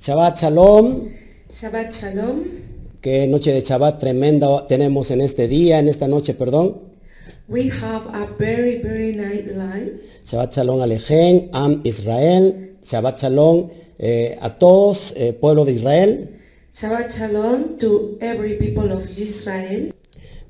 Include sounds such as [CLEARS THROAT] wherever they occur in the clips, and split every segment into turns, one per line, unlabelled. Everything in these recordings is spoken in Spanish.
Shabbat Shalom.
Shabbat Shalom.
Qué noche de Shabbat tremenda tenemos en este día, en esta noche, perdón.
We have a very, very nice life.
Shabbat Shalom Alejen, Am Israel. Shabbat Shalom eh, a todos, eh, pueblo de Israel.
Shabbat Shalom to every people of Israel.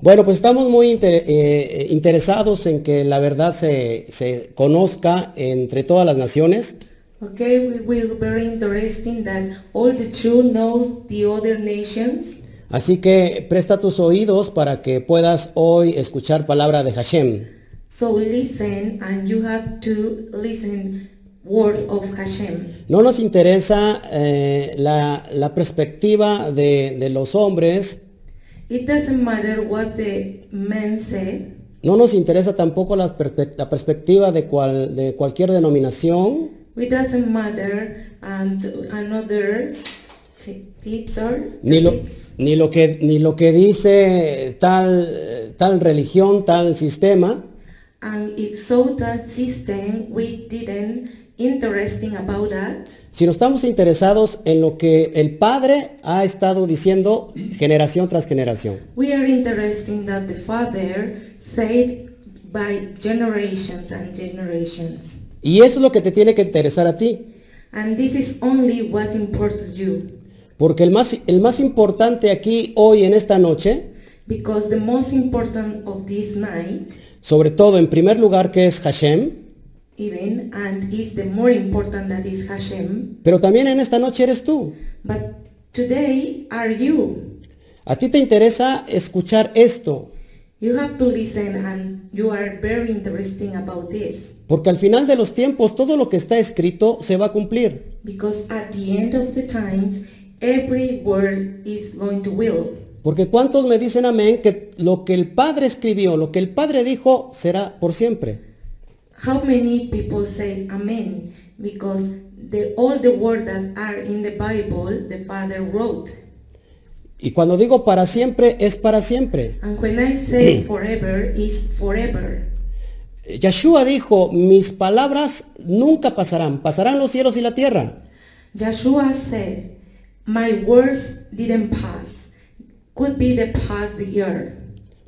Bueno, pues estamos muy inter- eh, interesados en que la verdad se, se conozca entre todas las naciones.
Okay, we will very interesting that all the Jew knows the other nations.
Así que presta tus oídos para que puedas hoy escuchar palabra de Hashem.
So listen, and you have to listen words of Hashem.
No nos interesa eh, la, la perspectiva de, de los hombres,
It doesn't matter what the men say.
no nos interesa tampoco la, perspe- la perspectiva de, cual- de cualquier denominación,
It doesn't matter and another t- tips or
ni lo,
tips.
ni lo, que, ni lo que dice tal, eh, tal religión, tal sistema.
And if so that system we didn't interesting about that.
Si no estamos interesados en lo que el Padre ha estado diciendo generación tras generación.
We are interesting that the father said by generations and generations.
Y eso es lo que te tiene que interesar a ti.
And this is only what important you.
Porque el más, el más importante aquí hoy en esta noche
Because the most important of this night
sobre todo en primer lugar que es Hashem,
even and is the more important that is Hashem.
pero también en esta noche eres tú.
But today are you.
A ti te interesa escuchar esto,
You have to listen and you are very interesting about this.
porque al final de los tiempos todo lo que está escrito se va a cumplir.
Because at the end of the times, every word is going to will.
Porque cuántos me dicen amén que lo que el Padre escribió, lo que el Padre dijo, será por siempre.
How many people say Amen? Because the, all the words that are in the Bible, the Father wrote.
Y cuando digo para siempre, es para siempre.
And when I say forever, is forever.
Yeshua dijo, mis palabras nunca pasarán, pasarán los cielos y la tierra.
Joshua said, My words didn't pass, could be the past the earth,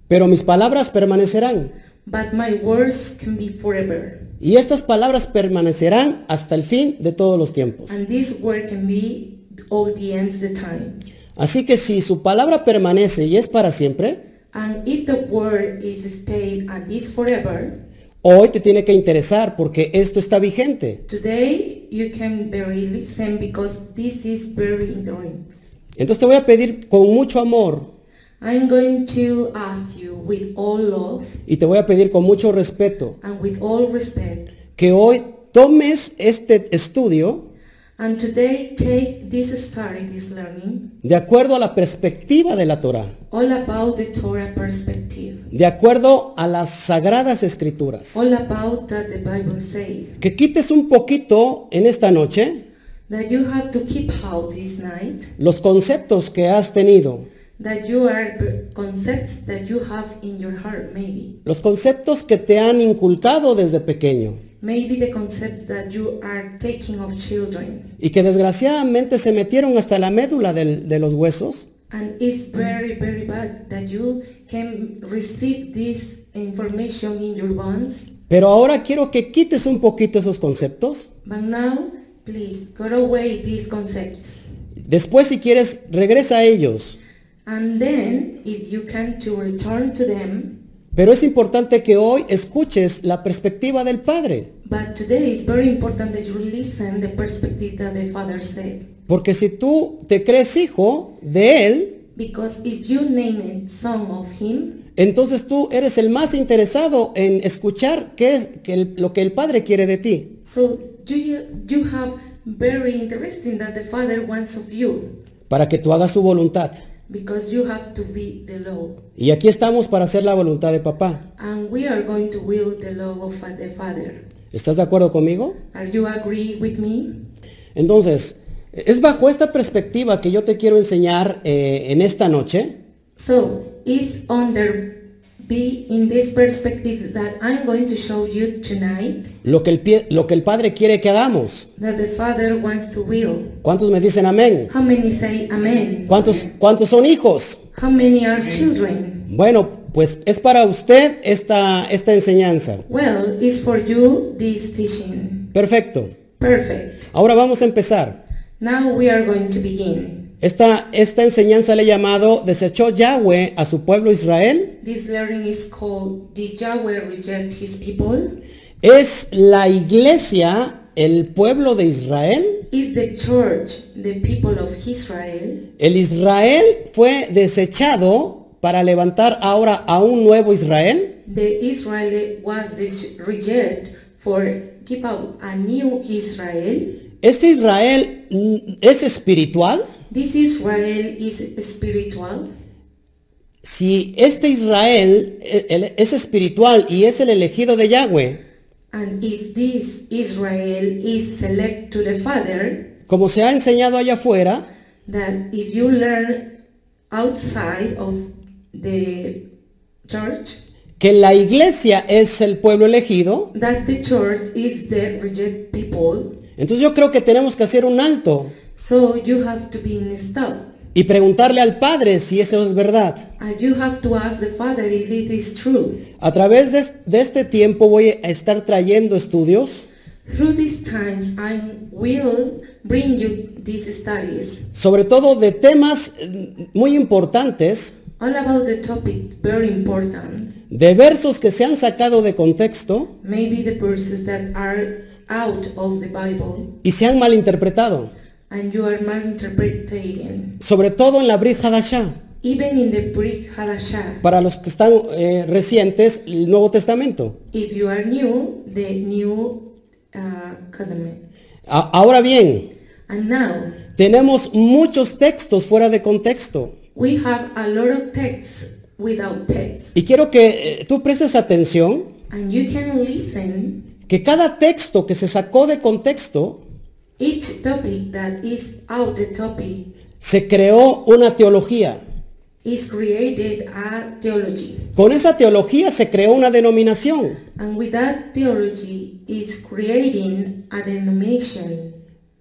Pero mis palabras permanecerán.
but my words can be forever.
Y estas palabras permanecerán hasta el fin de todos los tiempos.
And this word can be all the ends the time.
Así que si su palabra permanece y es para siempre,
And if the word is stayed at this forever,
hoy te tiene que interesar porque esto está vigente.
today you can very listen because this is very important.
Entonces te voy a pedir con mucho amor
I'm going to ask you with all love
y te voy a pedir con mucho respeto
and with all respect,
que hoy tomes este estudio
and today take this study, this learning,
de acuerdo a la perspectiva de la Torah,
all about the Torah perspective,
de acuerdo a las sagradas escrituras.
all about that the Bible says,
Que quites un poquito en esta noche
that you have to keep out this night,
los conceptos que has tenido,
that you are the concepts that you have in your heart maybe.
los conceptos que te han inculcado desde pequeño.
Maybe the concepts that you are taking of children
y que desgraciadamente se metieron hasta la médula del- de los huesos
and it's very very bad that you can receive this information in your bones
pero ahora quiero que quites un poquito esos conceptos
but now please cut away these concepts
después si quieres regresa a ellos
and then if you can to return to them
pero es importante que hoy escuches la perspectiva del padre
but today it's very important that you listen the perspective that the father said
porque si tú te crees hijo de él
because if you name it some of him
entonces tú eres el más interesado en escuchar qué es que el- lo que el padre quiere de ti
so do you you have very interesting that the father wants of you
para que tú hagas su voluntad
because you have to be the law
y aquí estamos para hacer la voluntad de papá
and we are going to will the law of the father
estás de acuerdo conmigo
are you agree with me
Entonces, es bajo esta perspectiva que yo te quiero enseñar eh, en esta noche
so it's under be in this perspective that I'm going to show you tonight,
Lo que el, pie- lo que el Padre quiere que hagamos.
that the Father wants to will.
¿Cuántos me dicen amén?
How many say amen?
¿Cuántos, cuántos son hijos?
How many are children?
Bueno, pues es para usted esta, esta enseñanza.
Well, it's for you this teaching.
Perfecto.
Perfect.
Ahora vamos a empezar.
Now we are going to begin.
Esta, esta enseñanza le he llamado Desechó Yahweh a su pueblo Israel.
This learning is called Did Yahweh Reject His People?
Es la iglesia, el pueblo de Israel.
Is the church the people of Israel?
El Israel fue desechado para levantar ahora a un nuevo Israel.
The Israel was the reject for keep out a new Israel.
Este Israel mm, es espiritual.
This Israel is spiritual.
Si este Israel eh, él es espiritual y es el elegido de Yahweh,
And if this Israel is select to the Father,
como se ha enseñado allá afuera,
that if you learn outside of the church,
que la iglesia es el pueblo elegido,
that the church is the reject people,
entonces yo creo que tenemos que hacer un alto
so you have to be in stop.
y preguntarle al Padre si eso es verdad.
And you have to ask the Father if it is true.
A través de, es- de este tiempo voy a estar trayendo estudios
Through these times, I will bring you these studies,
sobre todo de temas eh, muy importantes,
all about the topic, very important.
de versos que se han sacado de contexto
Maybe the verses that are out of the Bible
y se han malinterpretado,
and you are malinterpreting,
sobre todo en la Brit Hadashah.
even in the Greek Hadashah.
Para los que están eh, recientes, el Nuevo Testamento.
If you are new, the new uh, covenant.
A- ahora bien,
And now
tenemos muchos textos fuera de contexto.
we have a lot of texts without text,
Y quiero que eh, tú prestes atención
and you can listen
que cada texto que se sacó de contexto
each topic that is out the topic
se creó una teología.
is created a theology,
Con esa teología se creó una denominación.
and with that theology is creating a denomination.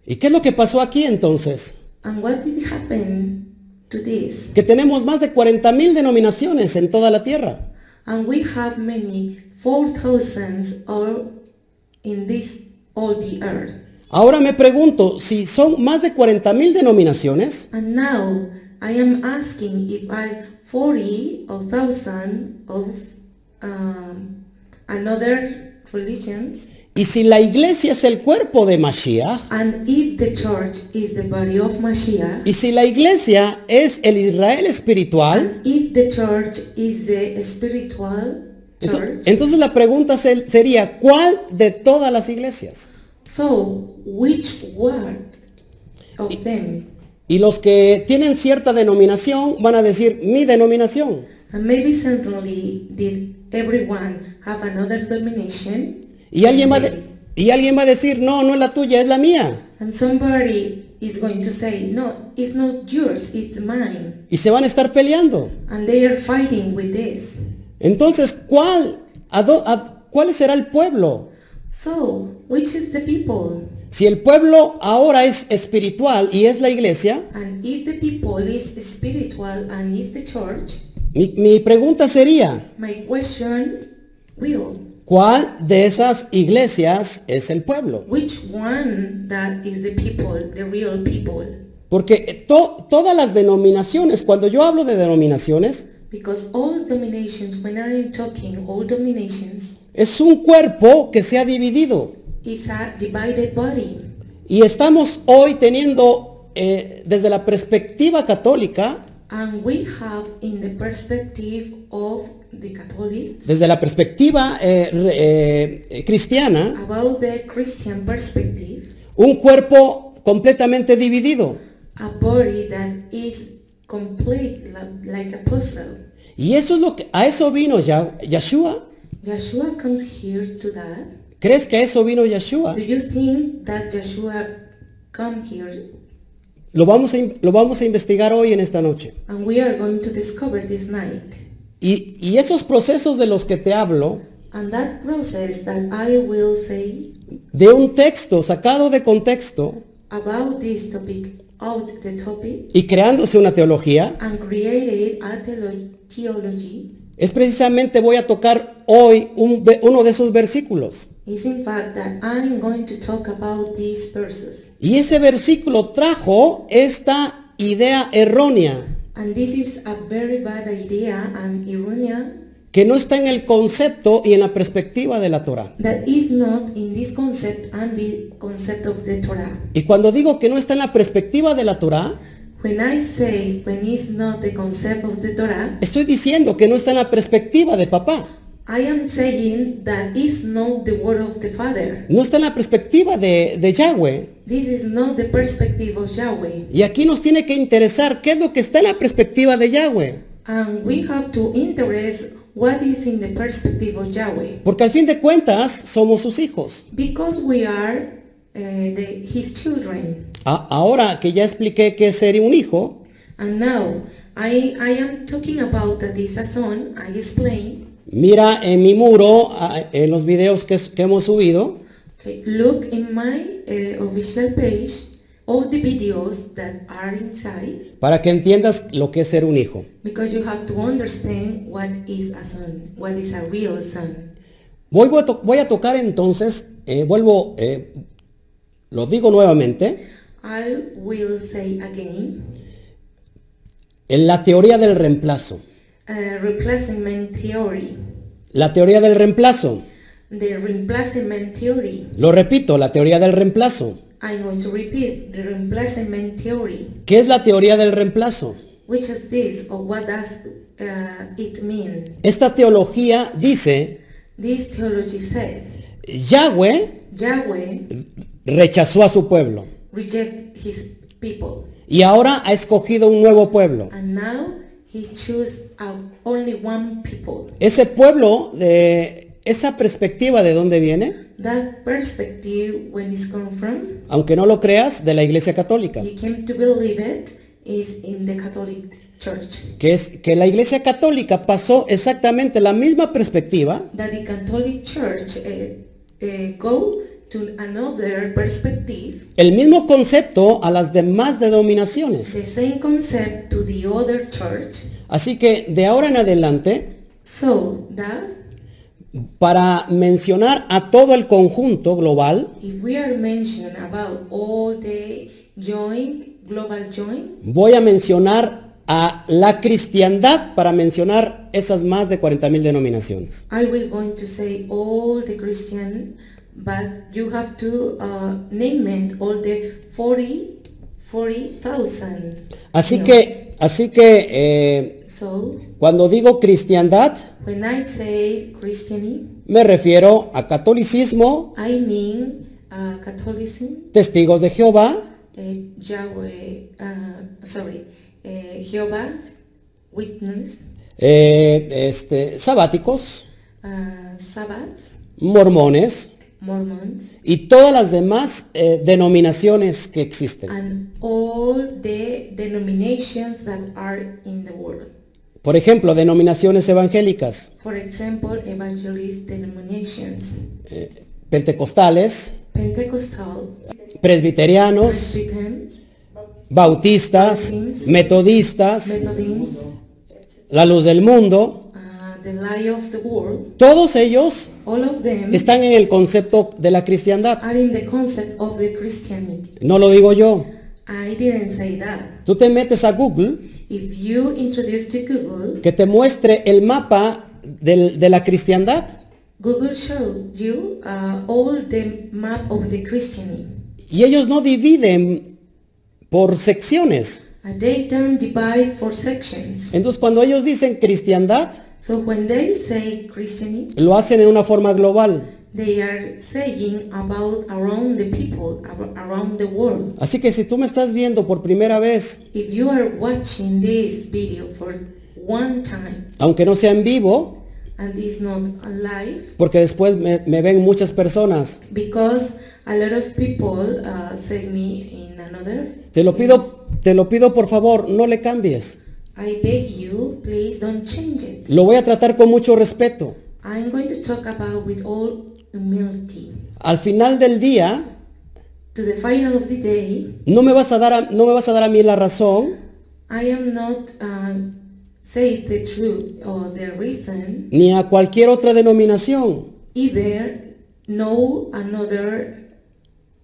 ¿Y qué es lo que pasó aquí entonces?
And what did happen to this?
Que tenemos más de 40.000 denominaciones en toda la tierra.
And we have many four thousands or in this all the earth.
Ahora me pregunto, si son más de 40.000 denominaciones,
And now I am asking if I 40 or thousand of um, another religions
Y si la iglesia es el cuerpo de Mashiach,
and if the church is the body of Mashiach
y si la iglesia es el Israel espiritual,
and if the church is the spiritual
ento-
church
entonces la pregunta se- sería, ¿cuál de todas las iglesias?
so which word of them
Y los que tienen cierta denominación van a decir, mi denominación.
and maybe certainly did everyone have another domination
Y alguien, va a de- y alguien va a decir, no, no es la tuya, es la mía.
And somebody is going to say, no, it's not yours, it's mine.
Y se van a estar peleando.
And they are fighting with this.
Entonces, ¿cuál, a do- a- ¿cuál será el pueblo?
So, which is the people?
Si el pueblo ahora es espiritual y es la iglesia,
And if the people is spiritual and is the church,
mi- mi pregunta sería,
my question will,
¿Cuál de esas iglesias es el pueblo?
which one that is the people, the real people?
Porque eh, to- todas las denominaciones, cuando yo hablo de denominaciones,
Because all dominations, when I am talking, all dominations
es un cuerpo que se ha dividido.
is a divided body.
Y estamos hoy teniendo, eh, desde la perspectiva católica,
And we have in the perspective of the Catholic
desde la perspectiva eh, re- eh, eh, cristiana,
about the Christian perspective,
un cuerpo completamente dividido.
a body that is complete la- like a puzzle.
Y eso es lo que, a eso vino Ya- Yeshua.
Joshua comes here to that.
¿Crees que a eso vino Yeshua?
Do you think that Joshua come here?
Lo vamos a in- lo vamos a investigar hoy en esta noche.
And we are going to discover this night.
Y, y esos procesos de los que te hablo,
And that process that I will say
de un texto sacado de contexto
about this topic out the topic
y creándose una teología,
and created a theolo- theology
es precisamente voy a tocar hoy un ve- uno de esos versículos.
is in fact that I'm going to talk about these verses.
Y ese versículo trajo esta idea errónea
And this is a very bad idea and erroneous
que no está en el concepto y en la perspectiva de la Torah.
that is not in this concept and the concept of the Torah.
Y cuando digo que no está en la perspectiva de la Torah,
When I say when it's not the concept of the Torah,
estoy diciendo que no está en la perspectiva de papá,
I am saying that is not the word of the Father.
no está en la perspectiva de, de Yahweh.
This is not the perspective of Yahweh.
Y aquí nos tiene que interesar qué es lo que está en la perspectiva de Yahweh.
And we have to interest what is in the perspective of Yahweh.
Porque al fin de cuentas somos sus hijos.
Because we are uh, the, his children.
A- ahora que ya expliqué qué es ser un hijo,
And now I, I am talking about that is a son. I explain.
mira en mi muro, a- en los videos que, que hemos subido,
Okay, look in my uh, official page all the videos that are inside
para que entiendas lo que es ser un hijo.
because you have to understand what is a son, what is a real son.
Voy, voy a, to- voy a tocar entonces, eh, vuelvo, eh, lo digo nuevamente,
I will say again,
en la teoría del reemplazo.
uh, replacement theory.
La teoría del reemplazo.
The replacement theory.
Lo repito, la teoría del reemplazo.
I'm going to repeat the replacement theory.
¿Qué es la teoría del reemplazo?
Which is this, or what does uh, it mean?
Esta teología dice,
This theology said
Yahweh
Yahweh
rechazó a su pueblo
reject his people,
y ahora ha escogido un nuevo pueblo.
and now he choose out only one people.
Ese pueblo, de esa perspectiva de dónde viene,
That perspective, when it's come from,
aunque no lo creas, de la Iglesia Católica.
you came to believe it, is in the Catholic Church.
Que es que la Iglesia Católica pasó exactamente la misma perspectiva
That the Catholic Church uh, uh, go to another perspective
el mismo concepto a las demás denominaciones.
the same concept to the other church
Así que de ahora en adelante,
so that
para mencionar a todo el conjunto global,
if we are mentioned about all the joint global joint
voy a mencionar a la cristiandad para mencionar esas más de 40.000 denominaciones.
i will going to say all the christian but you have to uh, name it all the 40 40,000
Así
No.
que, así que eh,
so
cuando digo cristiandad,
when i say christianity
me refiero a catolicismo,
i mean uh, catholicism
testigos de Jehová,
uh, yahweh uh, sorry uh, jehovah witness
eh, este, sabáticos,
uh, Sabbath,
mormones
Mormons,
y todas las demás eh, denominaciones que existen.
and all the denominations that are in the world.
Por ejemplo, denominaciones evangélicas,
For example, evangelist denominations,
eh, pentecostales,
Pentecostal,
presbiterianos,
Presbyterians,
bautistas,
Bautistas,
metodistas,
Methodists,
la luz del mundo.
uh, the light of the world.
Todos ellos
All of them
están en el concepto de la cristiandad.
are in the concept of the Christianity.
No lo digo yo.
I didn't say that.
Tú te metes a Google
If you introduce to Google,
que te muestre el mapa del- de la cristiandad.
Google showed you uh, all the map of the Christianity.
Y ellos no dividen por secciones.
And they don't divide for sections.
Entonces cuando ellos dicen cristiandad,
So when they say Christianity,
lo hacen en una forma global.
they are saying about around the people, ar- around the world.
Así que si tú me estás viendo por primera vez,
If you are watching this video for one time
aunque no sea en vivo,
and it's not live,
porque después me, me ven muchas personas,
because a lot of people uh, say me in another,
te lo pido, te lo pido por favor, no le cambies.
I beg you, please don't change it.
Lo voy a tratar con mucho respeto.
I'm going to talk about with all humility.
Al final del día,
To the final of the day,
no me vas a dar a, no me vas a dar a mí la razón,
I am not uh, say the truth or the reason,
ni a cualquier otra denominación,
either no another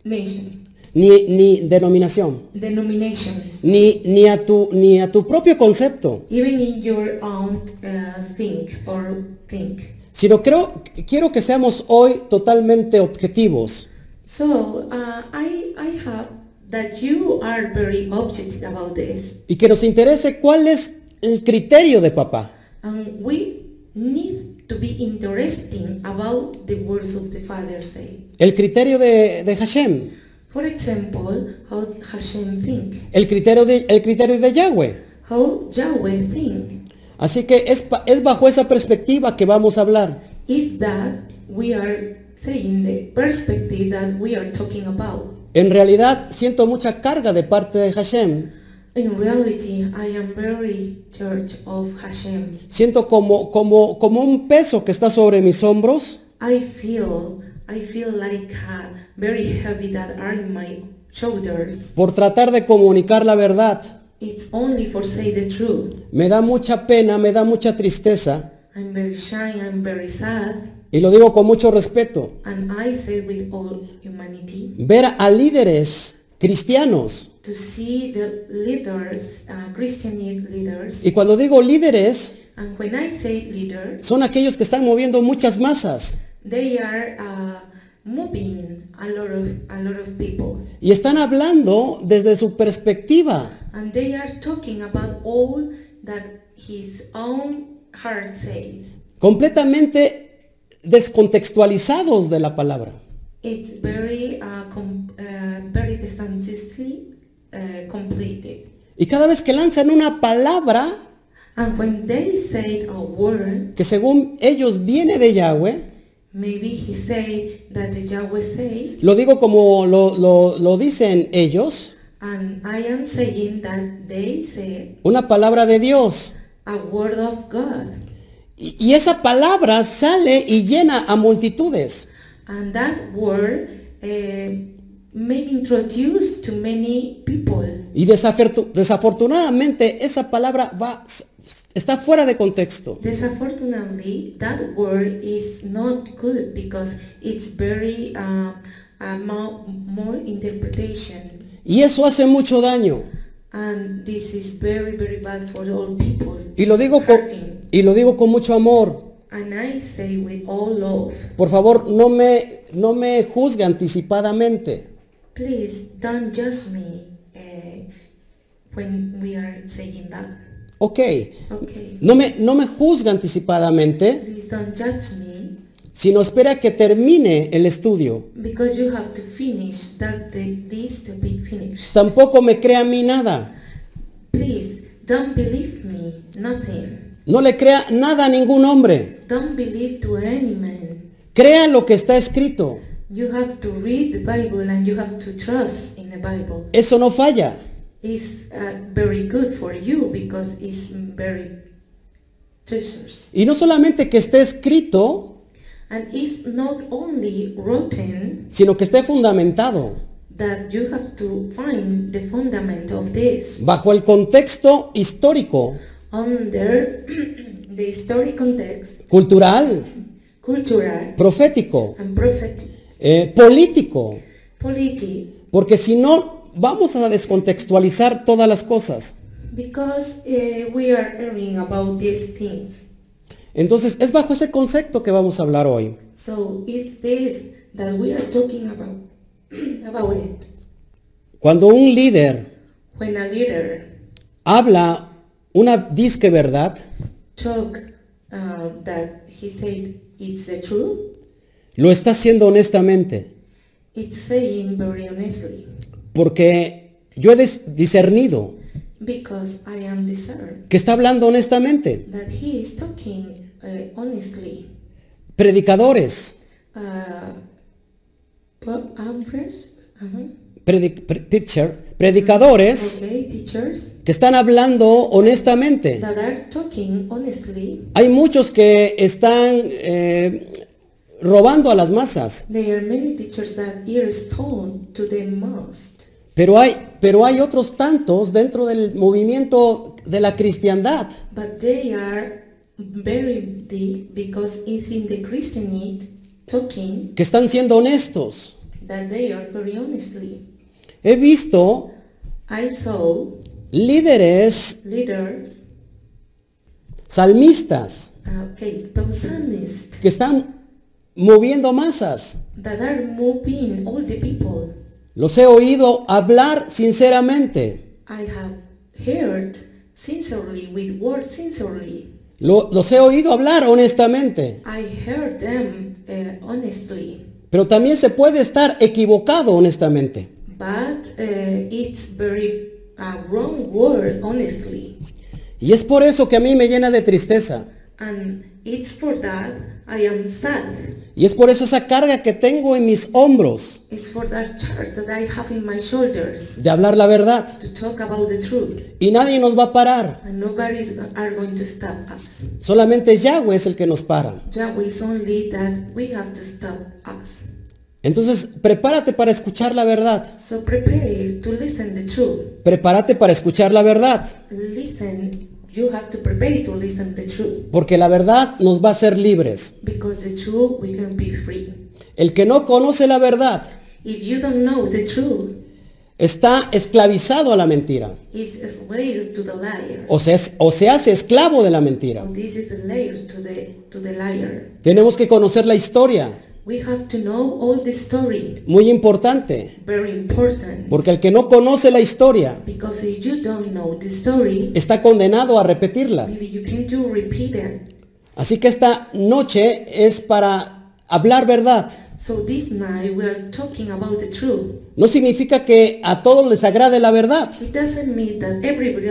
nation,
ni, ni denominación,
denominations,
ni, ni, a tu, ni a tu propio concepto.
even in your own uh, think or think.
Sino creo, quiero que seamos hoy totalmente objetivos.
So uh, I I have that you are very objective about this,
y que nos interese cuál es el criterio de papá.
and we need to be interesting about the words of the Father say.
El criterio de, de Hashem.
For example, how Hashem think,
El criterio de, el criterio de Yahweh.
how Yahweh think,
Así que es, pa- es bajo esa perspectiva que vamos a hablar.
is that we are saying the perspective that we are talking about.
En realidad siento mucha carga de parte de Hashem.
In reality, I am very church of Hashem.
Siento como, como, como un peso que está sobre mis hombros
I feel, I feel like uh, very heavy that are in my shoulders.
por tratar de comunicar la verdad.
It's only for say the truth.
Me da mucha pena, me da mucha tristeza.
I'm very shy, I'm very sad,
Y lo digo con mucho respeto.
and I say with all humanity
Ver a líderes cristianos
to see the leaders, uh, Christian leaders,
Y cuando digo líderes,
and when I say leaders,
son aquellos que están moviendo muchas masas
they are uh, moving a lot of a lot of people,
y están hablando desde su perspectiva.
and they are talking about all that his own heart say.
completamente descontextualizados de la palabra.
It's very uh, com- uh, very distinctly uh, completed.
Y cada vez que lanzan una palabra
And when they said a word,
que según ellos viene de Yahweh,
maybe he said that the Yahweh say,
lo digo como lo, lo- lo dicen ellos,
and I am saying that they said
una palabra de Dios.
a word of God.
Y, y esa palabra sale y llena a multitudes.
And that word eh, may introduce to many people.
Y desafortu- desafortunadamente esa palabra va, está fuera de contexto.
Desafortunately, that word is not good because it's very uh, uh, more, more interpretation,
Y eso hace mucho daño.
and this is very very bad for all people.
Y lo digo
It's
con,
hurting.
y lo digo con mucho amor.
and I say with all love,
Por favor, no me, no me juzgue anticipadamente.
please don't judge me uh, when we are saying that.
Ok,
Okay,
no me, no me juzgue anticipadamente,
please don't judge me
sino espera que termine el estudio.
because you have to finish that the, this to be finished.
Tampoco me crea a mí nada.
Please don't believe me, nothing.
No le crea nada a ningún hombre.
Don't believe to any man.
Crea lo que está escrito.
You have to read the Bible and you have to trust in the Bible.
Eso no falla.
It's uh, very good for you because it's very treasures.
Y no solamente que esté escrito,
And it's not only written
sino que esté fundamentado
that you have to find the fundament of this
bajo el contexto histórico,
under [CLEARS THROAT] the historic context,
cultural,
cultural
profético,
and prophetic,
eh, político,
politic,
porque si no vamos a descontextualizar todas las cosas.
Because uh, we are hearing about these things,
Entonces es bajo ese concepto que vamos a hablar hoy.
so it's this that we are talking about [CLEARS THROAT] about it.
Cuando un líder
When a leader
habla una disque verdad,
talk uh, that he said it's the truth,
lo está haciendo honestamente,
it's saying very honestly
porque yo he des- discernido
because I am discerned
que está hablando honestamente.
that he is talking uh, honestly.
Predicadores,
Uh, but I'm fresh. Uh-huh.
predi- pre- teacher, predicadores
Okay, teachers
que están hablando honestamente.
that are talking honestly,
Hay muchos que están eh, robando a las masas,
there are many teachers that ears torn to the most.
pero hay, pero hay otros tantos dentro del movimiento de la cristiandad
But they are very big because it's in the Christianity talking
que están siendo honestos.
that they are very honestly.
He visto
I saw
líderes
leaders,
salmistas
uh, okay, psalmists
que están moviendo masas.
that are moving all the people.
Los he oído hablar sinceramente.
I have heard sincerely with words sincerely.
Lo- los he oído hablar honestamente.
I heard them uh, honestly,
Pero también se puede estar equivocado honestamente.
but uh, it's very uh, wrong word honestly.
Y es por eso que a mí me llena de tristeza.
And it's for that I am sad.
Y es por eso esa carga que tengo en mis hombros
It's for that charge that I have in my shoulders
de hablar la verdad.
to talk about the truth.
Y nadie nos va a parar.
And nobody's are going to stop us.
Solamente Yahweh es el que nos para.
Yahweh is only that we have to stop us.
Entonces, prepárate para escuchar la verdad.
So prepare to listen the truth.
Prepárate para escuchar la verdad.
Listen, you have to prepare to listen the truth.
Porque la verdad nos va a hacer libres.
Because the truth we can be free.
El que no conoce la verdad
If you don't know the truth,
está esclavizado a la mentira.
it's a slave to the liar.
O se, es- o se hace esclavo de la mentira.
And this is a liar to the to the liar.
Tenemos que conocer la historia.
We have to know all the story.
Muy importante.
Very important.
Porque el que no conoce la historia
Because if you don't know the story,
está condenado a repetirla.
maybe you can do repeat it.
Así que esta noche es para hablar verdad.
So this night we are talking about the truth.
No significa que a todos les agrade la verdad.
It doesn't mean that everybody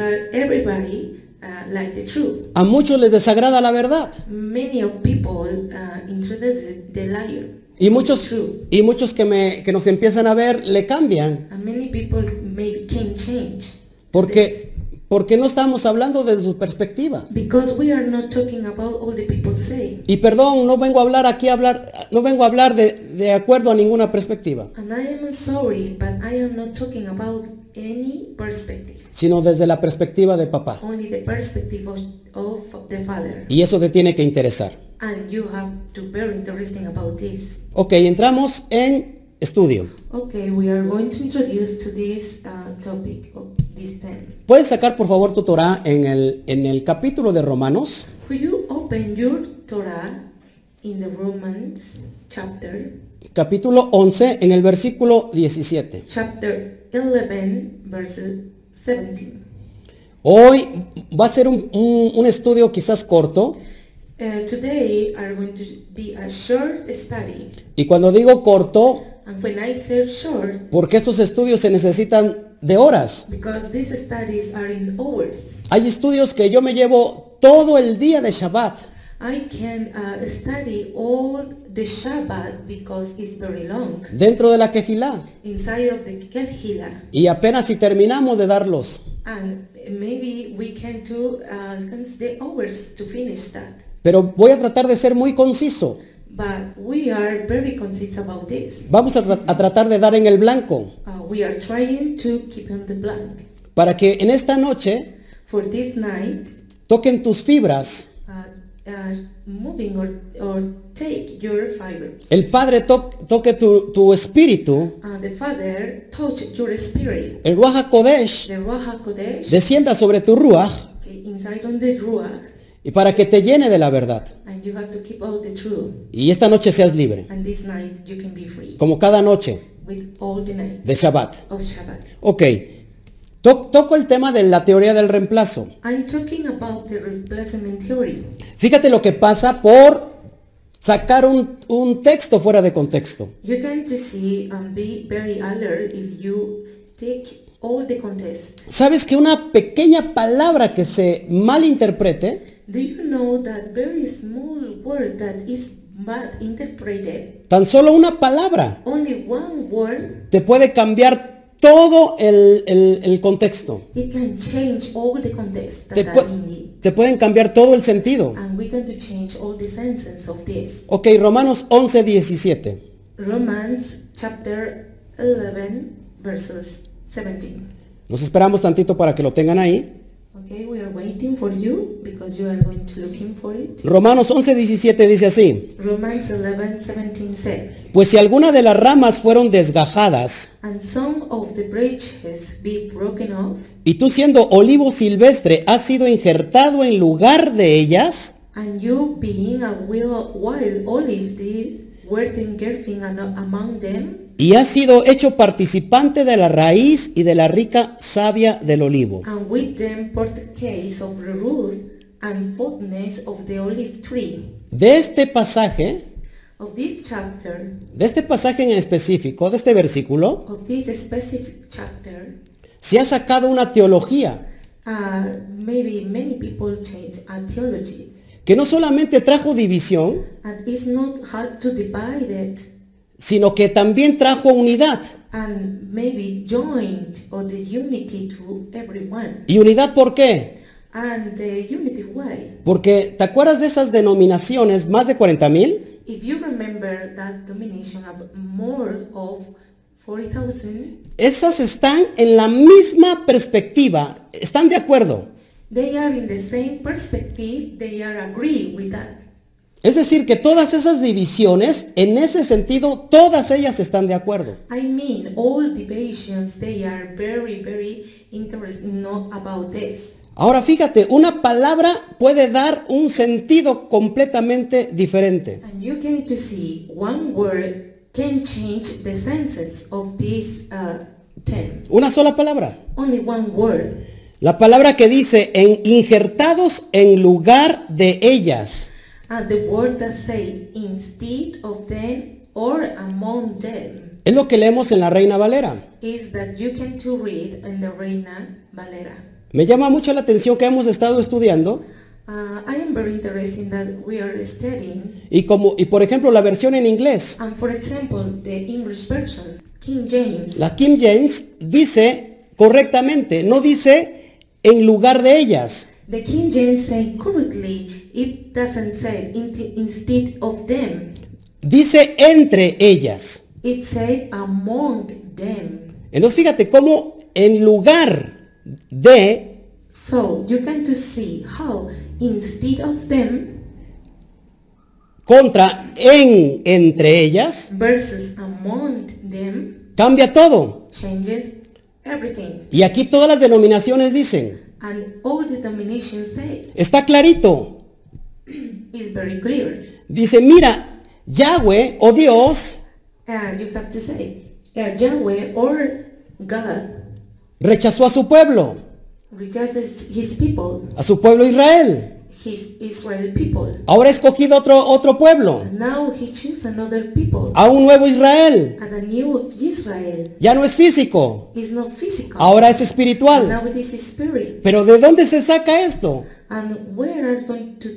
everybody uh, like the truth.
A muchos les desagrada la verdad.
Many of people uh, interested the liar.
Y muchos,
True.
y muchos que, me, que nos empiezan a ver le cambian.
And many people maybe can change. this.
Porque, porque no estamos hablando desde su perspectiva.
Because we are not talking about all the people say.
Y perdón, no vengo a hablar aquí, a hablar, no vengo a hablar de, de acuerdo a ninguna perspectiva,
And I am sorry, but I am not talking about any perspective.
sino desde la perspectiva de papá.
Only the perspective of, of the father.
Y eso te tiene que interesar.
And you have to very interesting about this.
Ok, entramos en estudio.
Okay, we are going to introduce to this uh, topic of this time.
Puedes sacar por favor tu Torah en el, en el capítulo de Romanos,
Will you open your Torah in the Romans chapter,
capítulo 11, en el versículo 17.
chapter 11, verse 17?
Hoy va a ser un, un- un estudio quizás corto,
Uh, today are going to be a short study.
y cuando digo corto,
And when I say short,
porque estos estudios se necesitan de horas.
because these studies are in hours,
Hay estudios que yo me llevo todo el día de Shabbat.
I can uh, study all the Shabbat because it's very long
dentro de la quejilá.
inside of the Kehila.
Y apenas si terminamos de darlos.
And maybe we can do uh, the hours to finish that.
Pero voy a tratar de ser muy conciso.
But we are very conscious about this.
Vamos a, tra- a tratar de dar en el blanco.
Uh, we are trying to keep on the blank.
Para que en esta noche
For this night,
toquen tus fibras.
uh, uh, moving or, or take your fibers.
El Padre to- toque tu, tu espíritu.
Uh, the Father touch your spirit.
El Ruach HaKodesh
The Ruach HaKodesh
descienda sobre tu Ruach.
okay, inside on the Ruach,
Y para que te llene de la verdad.
and you have to keep all the truth.
Y esta noche seas libre.
And this night you can be free
Como cada noche
with all the nights
de Shabbat.
of Shabbat.
Ok. To- toco el tema de la teoría del reemplazo.
I'm talking about the replacement theory.
Fíjate lo que pasa por sacar un, un texto fuera de contexto.
You're going to see and be very alert if you take all the context.
¿Sabes que una pequeña palabra que se malinterprete,
Do you know that very small word that is bad interpreted?
tan solo una palabra,
Only one word
te puede cambiar todo el, el- el contexto.
It can change all the context
Te,
that
pue-
are in it.
te pueden cambiar todo el sentido.
And we're going to change all the senses of this.
Ok, Romanos 11, 17.
Romans chapter 11 verses 17.
Nos esperamos tantito para que lo tengan ahí.
Okay, we are waiting for you because you are going to looking for it.
Romanos 11, 17 dice así.
Romans 11 17 said,
Pues si alguna de las ramas fueron desgajadas,
And some of the branches be broken off,
y tú siendo olivo silvestre has sido injertado en lugar de ellas,
and you being a wild, wild olive did were engulfing ano- among them,
y has sido hecho participante de la raíz y de la rica savia del olivo.
and with them case of the root and fullness of the olive tree.
De este pasaje,
Of this chapter,
de este pasaje en específico, de este versículo,
of this specific chapter,
se ha sacado una teología
uh, maybe many people change a theology,
que no solamente trajo división,
and it's not hard to divide it
sino que también trajo unidad,
and maybe joined or the unity to everyone.
¿Y unidad por qué?
And the unity why?
Porque, ¿te acuerdas de esas denominaciones, más de 40 mil?
If you remember that domination of more of 40,000,
Esas están en la misma perspectiva, están de acuerdo.
they are in the same perspective, they are agree with that.
Es decir, que todas esas divisiones, en ese sentido, todas ellas están de acuerdo.
I mean, all divisions, they are very, very interested not about this.
Ahora fíjate, una palabra puede dar un sentido completamente diferente.
And you can to see one word can change the senses of these uh, 10.
Una sola palabra.
Only one word.
La palabra que dice en injertados en lugar de ellas.
And the word that say instead of them or among them
Es lo que leemos en la Reina Valera.
is that you can to read in the Reina Valera.
Me llama mucho la atención que hemos estado estudiando
Uh, I am very interested in that we are studying.
y como y por ejemplo la versión en inglés,
And for example, the English version, King James,
la King James dice correctamente, no dice en lugar de ellas.
the King James say correctly, it doesn't say in instead of them.
Dice entre ellas.
It said among them.
Entonces fíjate cómo en lugar de
So you can to see how instead of them
contra en entre ellas
versus among them
cambia todo.
changes everything.
Y aquí todas las denominaciones dicen,
And all the denomination say
está clarito.
is very clear.
Dice, mira, Yahweh o Dios
And you have to say yeah, Yahweh or God
rechazó a su pueblo,
rejects his people,
a su pueblo Israel.
his Israel people.
Ahora ha escogido otro, otro pueblo,
And now he chooses another people.
a un nuevo Israel.
And the new Israel
Ya no es físico,
is not physical.
ahora es
And
espiritual.
now it is spirit.
Pero ¿de dónde se saca esto?
And where are going to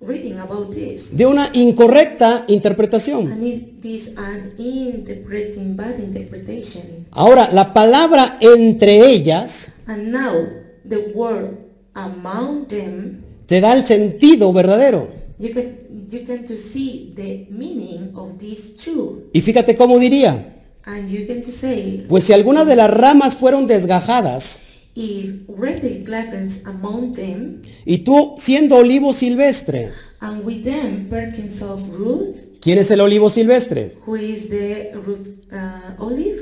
reading about this?
De una incorrecta interpretación.
And it is an interpreting bad interpretation.
Ahora, la palabra entre ellas
And now the word among them,
te da el sentido verdadero.
you can you can to see the meaning of these two.
Y fíjate cómo diría,
And you can to say
pues si algunas de las ramas fueron desgajadas,
if really gladness among them,
y tú siendo olivo silvestre,
and with them Perkins of Ruth,
¿quién es el olivo silvestre?
who is the Ruth uh, olive.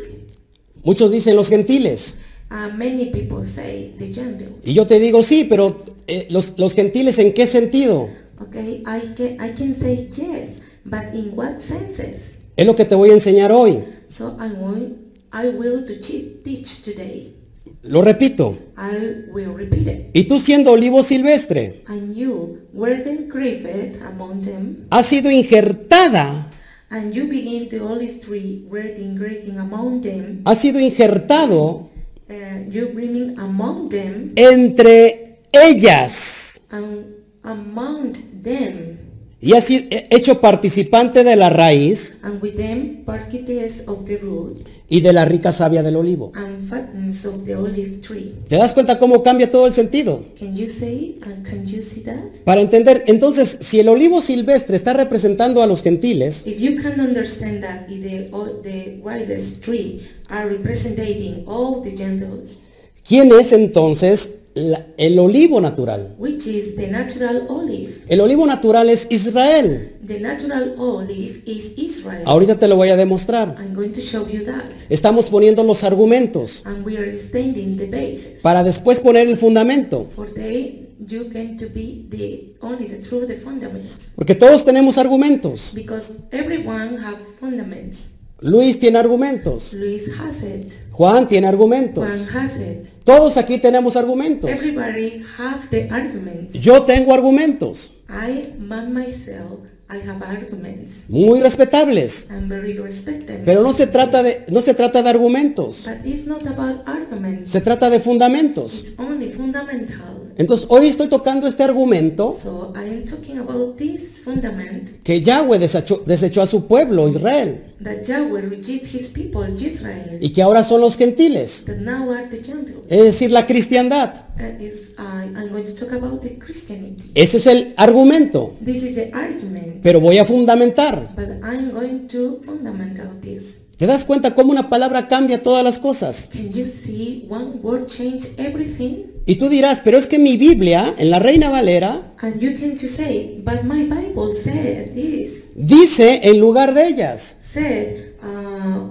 Muchos dicen los gentiles.
Uh, many people say the gentle.
Y yo te digo, sí, pero eh, los, los gentiles, ¿en qué sentido?
Okay, I can I can say yes, but in what senses?
Es lo que te voy a enseñar hoy.
So I want I will to teach, teach today.
Lo repito.
I will repeat it.
Y tú siendo olivo silvestre,
And you were then grieved among them,
has sido injertada,
and you begin the olive tree were then grieving among them,
has sido injertado
and Uh, you bringing among them
entre ellas.
and among them.
y ha sido he- hecho participante de la raíz
and with them partakers of the root
y de la rica savia del olivo.
and fatness of the olive tree.
¿Te das cuenta cómo cambia todo el sentido?
Can you say it? And can you see that?
Para entender, entonces, si el olivo silvestre está representando a los gentiles,
If you can understand that if the, all the wildest tree are representing all the Gentiles,
¿quién es entonces la- el olivo natural?
which is the natural olive.
El olivo natural es Israel.
The natural olive is Israel.
Ahorita te lo voy a demostrar.
I'm going to show you that.
Estamos poniendo los argumentos
And we are standing the basis.
para después poner el fundamento.
For they, you can to be the only the true the fundaments.
Porque todos tenemos argumentos.
Because everyone have fundaments.
Luis tiene argumentos.
Luis has it.
Juan tiene
Juan
argumentos.
has it.
Todos aquí tenemos argumentos.
Everybody have the arguments.
Yo tengo argumentos
I, man myself, I have arguments.
muy respetables.
I'm very respected.
Pero no se trata de, no se trata de argumentos.
But it's not about arguments.
Se trata de fundamentos.
It's only fundamental.
Entonces, hoy estoy tocando este argumento
So I am talking about this fundament
que Yahweh desechó, desechó a su pueblo, Israel,
that Yahweh rejects his people, Israel,
y que ahora son los gentiles,
that now are the Gentiles.
es decir, la cristiandad.
That is, I I'm going to talk about the Christianity.
Ese es el argumento,
This is the argument,
pero voy a fundamentar.
but I'm going to fundamental this.
¿Te das cuenta cómo una palabra cambia todas las cosas?
Can you see one word change everything?
Y tú dirás, pero es que mi Biblia, en la Reina Valera,
And you can to say, but my Bible said this,
dice en lugar de ellas.
said uh,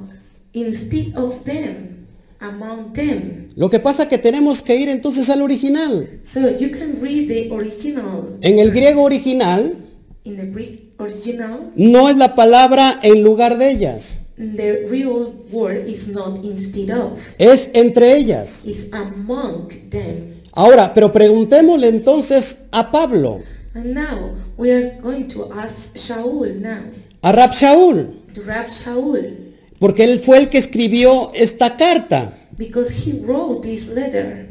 instead of them, among them.
Lo que pasa que tenemos que ir entonces al original.
So you can read the original
En el griego original
in the Greek original.
no es la palabra en lugar de ellas,
The real word is not instead of,
es entre ellas.
it's among them.
Ahora, pero preguntémosle entonces a Pablo,
And now we are going to ask Shaul now,
a Rab Shaul,
to Rab Shaul,
porque él fue el que escribió esta carta.
because he wrote this letter.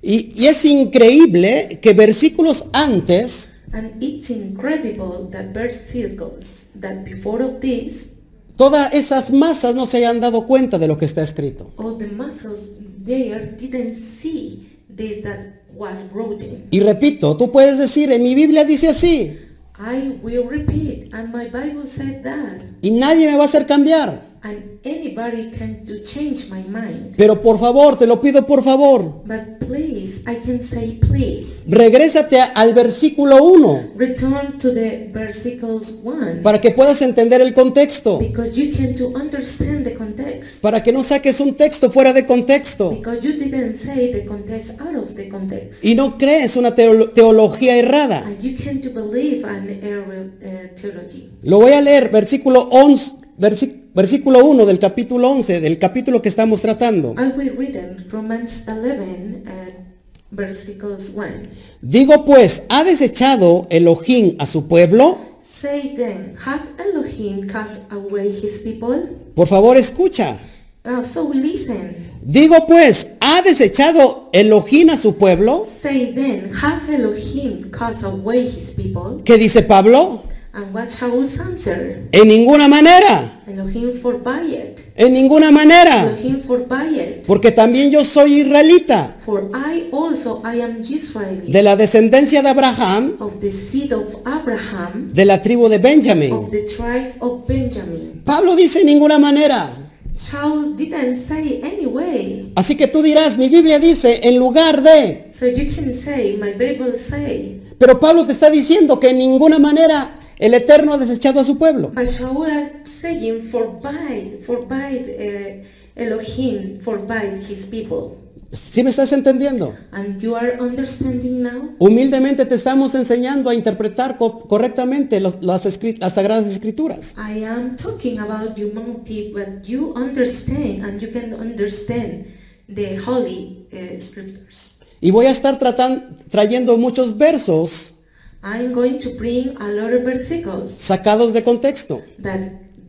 Y, y es increíble que versículos antes
And it's incredible that verse circles that before of this,
todas esas masas no se hayan dado cuenta de lo que está escrito.
all the muscles there didn't see this that was written.
Y repito, tú puedes decir, en mi Biblia dice así,
I will repeat, and my Bible said that.
y nadie me va a hacer cambiar.
and anybody can do change my mind.
Pero por favor, te lo pido por favor,
But please, I can say please.
regrésate a- al versículo 1
Return to the versicles one
para que puedas entender el contexto,
because you can to understand the context
para que no saques un texto fuera de contexto.
because you didn't say the context out of the context
y no crees una teolo- teología errada.
and you can to believe an error uh, theology.
Lo voy a leer, versículo 11, versi- versículo 1 del capítulo 11, del capítulo que estamos tratando.
I will read in Romans 11 uh, versicles one.
Digo pues, ¿ha desechado Elohim a su pueblo?
Say then, have Elohim cast away his people?
Por favor, escucha.
Uh, so listen.
Digo pues, ¿ha desechado Elohim a su pueblo?
Say then, have Elohim cast away his people?
¿Qué dice Pablo?
And what Shaul's answer?
En ninguna manera,
Elohim forbade it.
en ninguna manera,
Elohim forbade it.
porque también yo soy israelita,
For I also I am Israeli,
de la descendencia de Abraham,
of the seed of Abraham,
de la tribu de Benjamín.
of the tribe of Benjamin.
Pablo dice en ninguna manera.
Shaul didn't say anyway.
Así que tú dirás, mi Biblia dice en lugar de,
So you can say, my Bible say.
pero Pablo te está diciendo que en ninguna manera el Eterno ha desechado a su pueblo.
But Shaul are saying forbade, forbade uh, Elohim, forbade his people.
¿Sí me estás entendiendo?
And you are understanding now?
Humildemente te estamos enseñando a interpretar co- correctamente los- las, escri- las sagradas escrituras.
I am talking about humanity, but you understand and you can understand the holy uh, scriptures.
Y voy a estar tratan- trayendo muchos versos
I am going to bring a lot of versículos
sacados de contexto,
that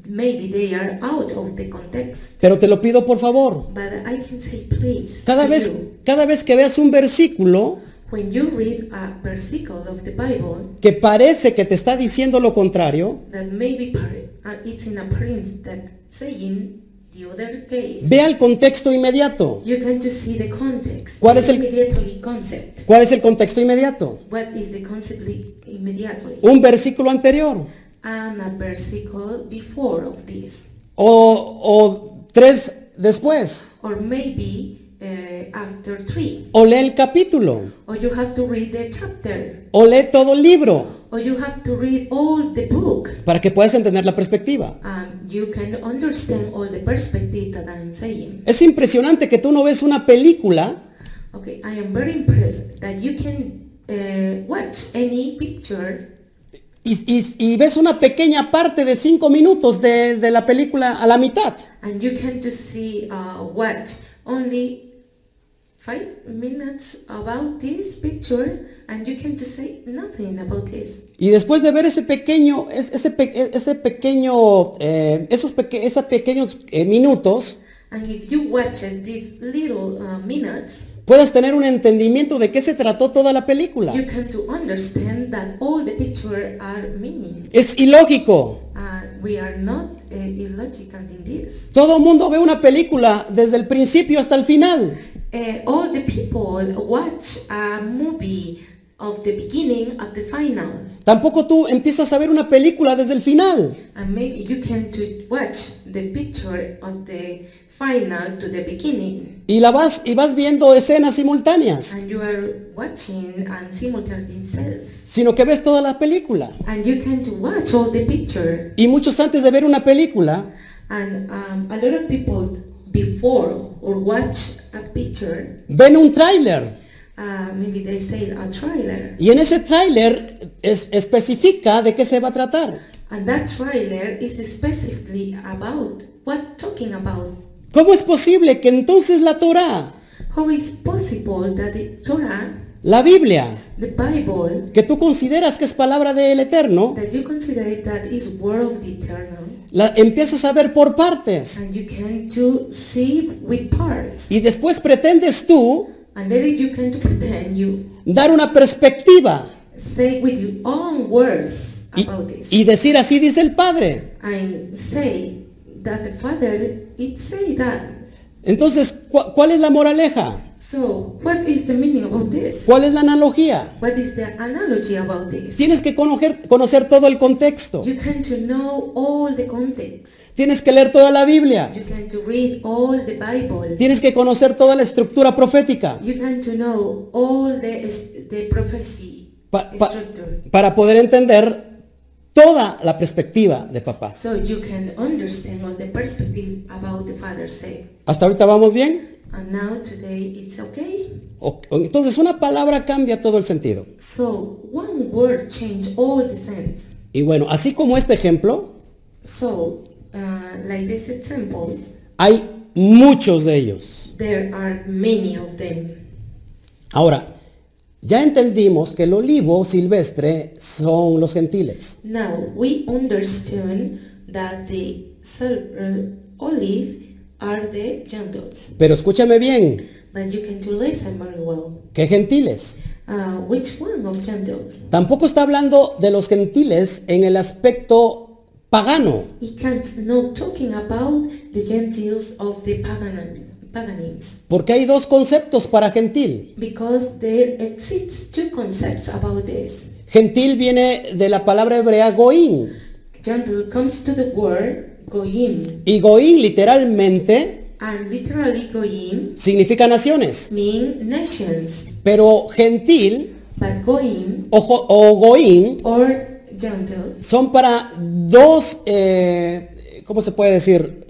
maybe they are out of the context,
pero te lo pido por favor.
but I can say please.
Cada
to
vez,
you.
cada vez que veas un versículo,
When you read a versicle of the Bible
que parece que te está diciendo lo contrario,
that maybe par- uh, it's in appearance that saying the other case,
ve al contexto inmediato.
you can just see the context.
¿Cuál es el-
immediately concept?
¿Cuál es el contexto inmediato?
What is the concept li- immediately?
Un versículo anterior
And a versicle before of this,
o, o tres después.
or maybe uh, after three,
O lee el capítulo,
or you have to read the chapter,
o lee todo el libro
or you have to read all the book.
para que puedas entender la perspectiva.
Um, you can understand all the perspective that I'm saying.
Es impresionante que tú no ves una película
Okay, I am very impressed that you can uh, watch any picture
y, y- y ves una pequeña parte de cinco minutos de, de la película a la mitad.
and you can just see uh, watch only five minutes about this picture and you can just say nothing about this.
Y después de ver ese pequeño, es- ese, pe- e, ese pequeño, eh, esos, peque- esos pequeños eh, minutos,
And if you watch uh, these little uh, minutes,
puedas tener un entendimiento de qué se trató toda la película.
you can to understand that all the picture are meaning.
Es ilógico.
Uh, we are not uh, illogical in this.
Todo mundo ve una película desde el principio hasta el final.
Uh, all the people watch a movie of the beginning of the final,
Tampoco tú empiezas a ver una película desde el final.
and maybe you can to watch the picture of the final to the beginning,
Y la vas y vas viendo escenas simultáneas,
and you are watching and simultaneously cells,
sino que ves toda la película.
and you can to watch all the picture,
Y muchos antes de ver una película
and um, a lot of people before or watch a picture,
ven un tráiler
uh, maybe they say a trailer,
y en ese tráiler es- especifica de qué se va a tratar.
and that trailer is specifically about what talking about.
¿Cómo es posible que entonces la Torá,
How is possible that the Torah,
la Biblia,
the Bible,
que tú consideras que es palabra del Eterno,
that you consider it that is word of the eternal,
la empiezas a ver por partes
and you can to see with parts,
y después pretendes tú
and then you can to pretend you
dar una perspectiva
say with your own words
y,
about this,
y decir así dice el Padre.
and say that the Father it say that.
Entonces, ¿cu- ¿cuál es la moraleja?
So what is the meaning about this?
¿Cuál es la analogía?
What is the analogy about this?
Tienes que conocer, conocer todo el contexto.
You can to know all the context.
Tienes que leer toda la Biblia.
You can to read all the Bible.
Tienes que conocer toda la estructura profética
You can to know all the the prophecy
Pa- pa-
structure,
para poder entender toda la perspectiva de papá.
so you can understand all the perspective about the Father say.
¿Hasta ahorita vamos bien?
And now today it's okay.
O- o- Entonces, una palabra cambia todo el sentido.
So one word change all the sense.
Y bueno, así como este ejemplo,
So uh, like this example,
hay muchos de ellos.
there are many of them.
Ahora, ya entendimos que el olivo silvestre son los gentiles.
Now we understand that the sul- uh, olive are the gentiles,
Pero escúchame bien,
but you can to listen very well.
¿qué gentiles?
Uh, which one of Gentiles?
Tampoco está hablando de los gentiles en el aspecto pagano,
He can't know talking about the Gentiles of the pagan, paganins
porque hay dos conceptos para gentil.
because there exists two concepts about this.
Gentil viene de la palabra hebrea goín,
Gentile comes to the word goyim,
y goín literalmente
and literally goyim
significa naciones,
mean nations,
pero gentil
but goyim
o, jo- o goín
or Gentile
son para dos, eh, ¿cómo se puede decir?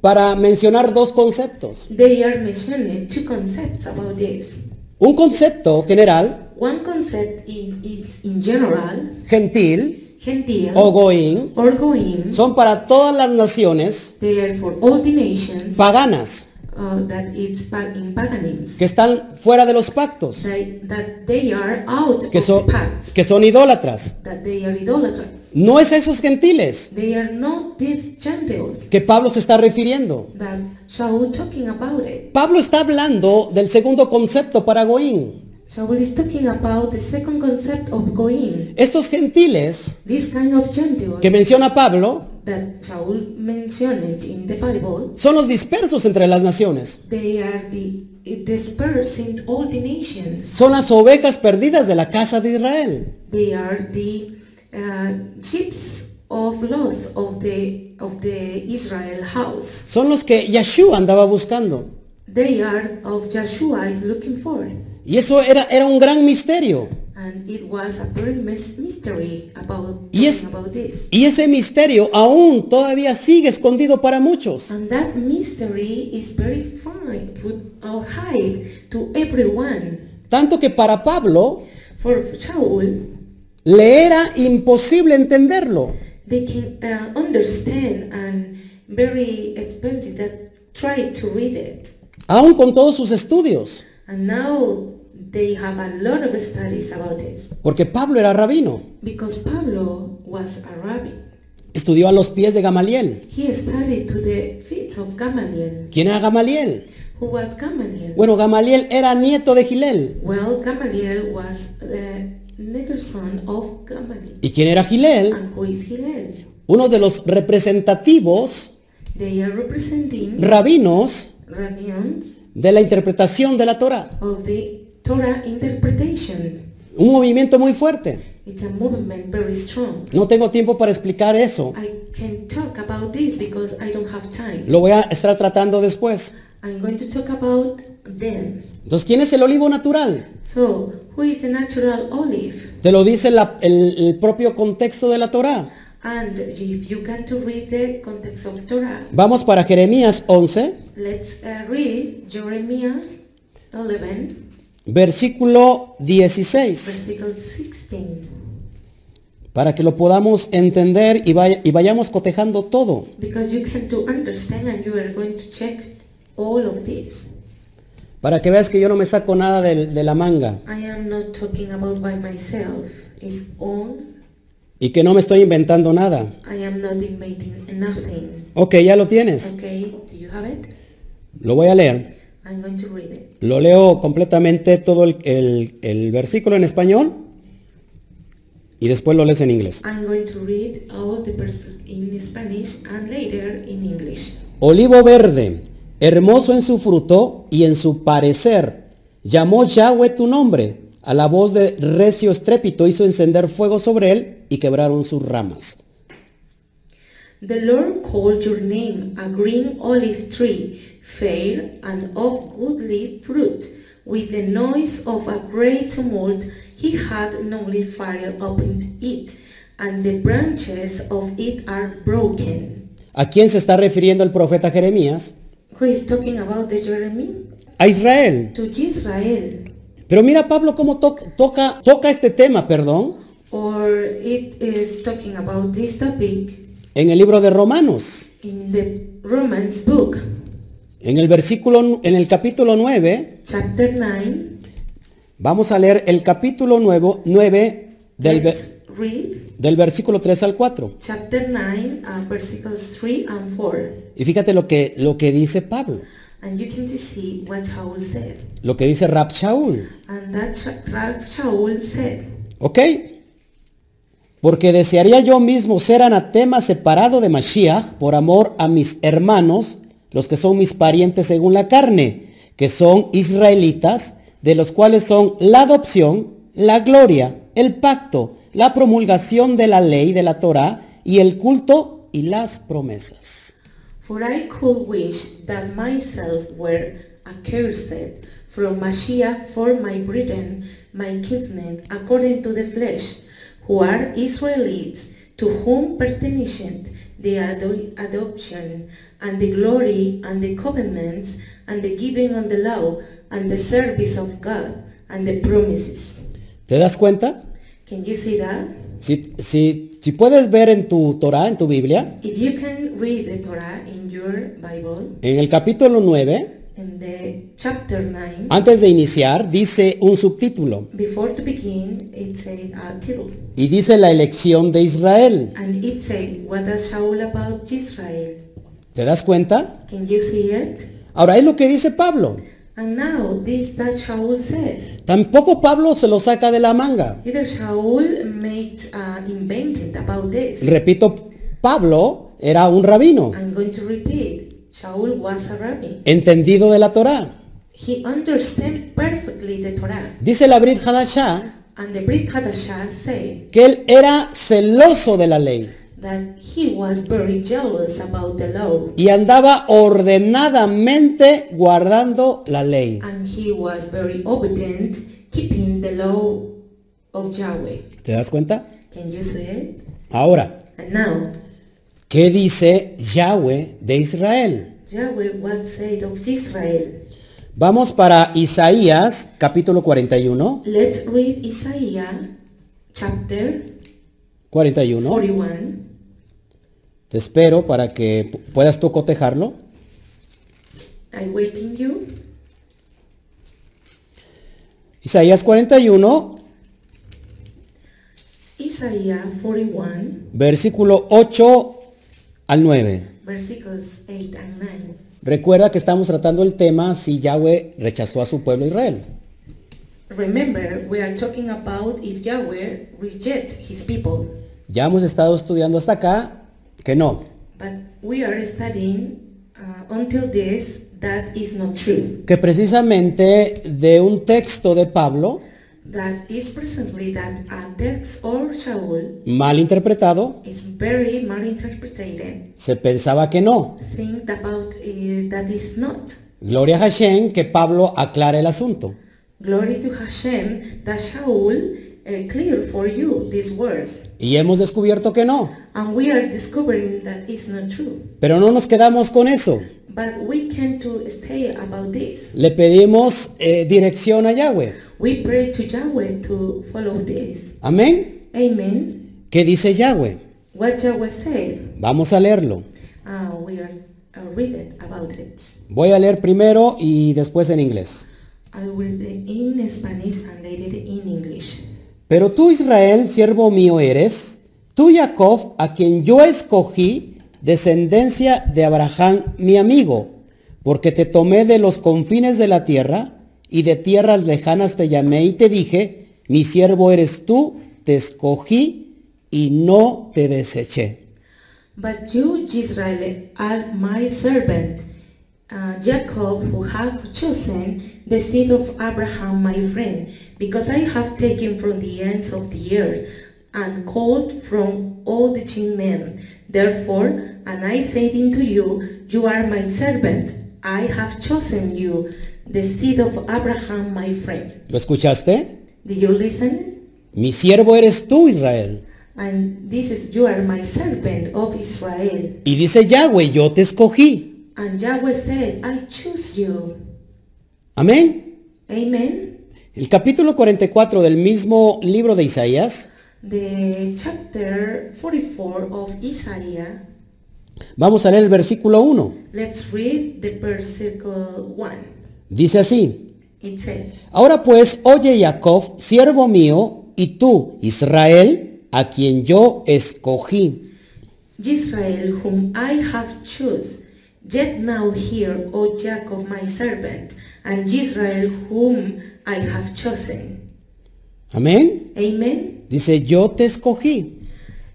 Para mencionar dos conceptos.
they are mentioned two concepts about this.
Un concepto general,
One concept in, is in general,
gentil
Gentile
o goín,
or goyim.
son para todas las naciones
Therefore, all the nations
paganas
uh, that it's pa- in paganism,
que están fuera de los pactos,
that, that they are out
que
of the
son,
paths,
que son idólatras.
that they are idolaters.
No es a esos gentiles
They are not these Gentiles
que Pablo se está refiriendo.
that Shaul talking about it.
Pablo está hablando del segundo concepto para goín.
Shaul is talking about the second concept of Goim.
Estos gentiles
This kind of Gentiles
que menciona Pablo
that Shaul mentioned in the Bible,
son los dispersos entre las naciones.
they are the dispersed in all the nations.
Son las ovejas perdidas de la casa de Israel.
They are the uh, chips of loss of the of the Israel house.
Son los que Yeshua andaba buscando.
They are of Joshua is looking for,
Y eso era, era un gran misterio.
and it was a very mys- mystery about
Yes.
talking about this.
Y ese misterio aún todavía sigue escondido para muchos.
And that mystery is very fine with our hide to everyone.
Tanto que para Pablo
For Shaul,
le era imposible entenderlo.
they can uh, understand and very expensive that try to read it.
Aún con todos sus estudios.
And now they have a lot of studies about this
Porque Pablo era rabino.
because Pablo was a rabbi.
Estudió a los pies de Gamaliel.
He studied to the feet of Gamaliel.
¿Quién era Gamaliel?
Who was Gamaliel?
Bueno, Gamaliel era nieto de Gilel.
Well, Gamaliel was the nether son of Gamaliel.
¿Y quién era Gilel?
And who is Hillel?
Uno de los representativos
They are representing
rabinos
Rabians
de la interpretación de la Torah.
of the Torah interpretation.
Un movimiento muy fuerte.
It's a movement very strong.
No tengo tiempo para explicar eso.
I can talk about this because I don't have time.
Lo voy a estar tratando después.
I'm going to talk about them.
Entonces, ¿quién es el olivo natural?
So, who is the natural olive?
Te lo dice la- el, el propio contexto de la Torah.
And if you can to read the context of Torah,
Vamos para Jeremías 11,
let's uh, read Jeremiah 11,
versículo 16,
verse 16,
para que lo podamos entender y, vay- y vayamos cotejando todo.
because you can to understand and you are going to check all of this.
Para que veas que yo no me saco nada del- de la manga
I am not talking about by myself. It's on.
y que no me estoy inventando nada.
I am not inventing nothing.
Ok, ya lo tienes.
Okay, do you have it?
Lo voy a leer.
I'm going to read it.
Lo leo completamente todo el, el- el versículo en español y después lo lees en inglés.
I'm going to read all the verses in Spanish and later in English.
Olivo verde, hermoso en su fruto y en su parecer, llamó Yahweh tu nombre. A la voz de recio estrépito hizo encender fuego sobre él y quebraron sus ramas.
The Lord called your name a green olive tree, fair and of goodly fruit. With the noise of a great tumult, he had newly fire opened it, and the branches of it are broken.
¿A quién se está refiriendo el profeta Jeremías?
Who is talking about the Jeremy?
A Israel.
To Israel,
Pero mira Pablo cómo to- toca, toca este tema, perdón,
or it is talking about this topic
en el libro de Romanos.
in the Romans book,
En el versículo, en el capítulo 9,
chapter 9.
vamos a leer el capítulo 9, 9 del, ve-
Let's read.
del versículo 3 al 4.
chapter 9 uh, versículos 3 and 4
Y fíjate lo que, lo que dice Pablo,
and you can just see what Shaul said
lo que dice Rab Shaul.
and that Sha- Ralph Shaul said
¿Ok? Porque desearía yo mismo ser anatema separado de Mashiach por amor a mis hermanos, los que son mis parientes según la carne, que son israelitas, de los cuales son la adopción, la gloria, el pacto, la promulgación de la ley de la Torá y el culto y las promesas.
for I could wish that myself were accursed from Mashiach for my brethren my kinsmen according to the flesh who are Israelites to whom pertenecent the ado- adoption and the glory and the covenants and the giving on the law and the service of God and the promises
¿Te das cuenta?
Can you see that?
Si, si, si puedes ver en tu Torá, en tu Biblia,
If you can read the Torah in your Bible,
en el capítulo 9,
in the chapter 9,
antes de iniciar, dice un subtítulo.
before to begin, it say a title,
Y dice la elección de Israel.
and it say what does Shaul about Israel?
¿Te das cuenta?
Can you see it?
Ahora es lo que dice Pablo.
And now this that Shaul said.
Tampoco Pablo se lo saca de la manga.
Either Shaul made uh, invented about this.
Repito, Pablo era un rabino,
I'm going to repeat. Shaul was a rabbi.
entendido de la Torá.
He understood perfectly the Torah.
Dice la Brit Hadashah
And the Brit Hadashah said
que él era celoso de la ley
that he was very jealous about the law.
y andaba ordenadamente guardando la ley.
And he was very obedient, keeping the law of Yahweh.
¿Te das cuenta?
Can you see it?
Ahora,
And now,
¿qué dice Yahweh de Israel?
Yahweh what said of Israel.
Vamos para Isaías capítulo 41,
Let's read Isaiah chapter
41.
41.
Te espero para que pu- puedas tú cotejarlo.
I waiting you.
Isaías 41,
Isaiah 41,
versículo 8 al 9.
verses 8 and 9.
Recuerda que estamos tratando el tema si Yahweh rechazó a su pueblo Israel.
Remember, we are talking about if Yahweh reject his people.
Ya hemos estado estudiando hasta acá que no.
But we are studying uh, until this that is not true.
Que precisamente de un texto de Pablo,
That is presently that a text or Shaul
mal interpretado,
is very mal interpreted.
se pensaba que no.
Think about it that is not.
Gloria a Hashem que Pablo aclara el asunto.
Glory to Hashem that Shaul uh, clear for you these words.
Y hemos descubierto que no.
And we are discovering that is not true.
Pero no nos quedamos con eso.
But we can to stay about this.
Le pedimos eh, dirección a Yahweh.
We pray to Yahweh to follow this.
Amén.
Amen.
¿Qué dice Yahweh?
What Yahweh said,
Vamos a leerlo.
uh, we are uh, read it about it.
Voy a leer primero y después en inglés.
I will read in Spanish and later in English.
Pero tú, Israel, siervo mío eres, tú, Jacob, a quien yo escogí, descendencia de Abraham, mi amigo, porque te tomé de los confines de la tierra, y de tierras lejanas te llamé y te dije, mi siervo eres tú, te escogí y no te deseché.
But you, Israel, are my servant, uh, Jacob, who have chosen the seed of Abraham, my friend, because I have taken from the ends of the earth and called from all the chin men. Therefore, and I said unto you, You are my servant. I have chosen you, the seed of Abraham, my friend.
¿Lo escuchaste?
Did you listen?
Mi siervo eres tú, Israel.
And this is, You are my servant of Israel.
Y dice Yahweh, yo te escogí.
And Yahweh said, I choose you.
Amén.
Amen.
El capítulo 44 del mismo libro de Isaías
The chapter 44 of Isaiah.
Vamos a leer el versículo 1.
Let's read the versículo 1.
Dice así.
It says,
Ahora pues, oye Jacob, siervo mío, y tú, Israel, a quien yo escogí.
Israel, whom I have choose, yet now hear, O Jacob, my servant, and Israel, whom I have chosen.
Amén.
Amen.
Dice, yo te escogí.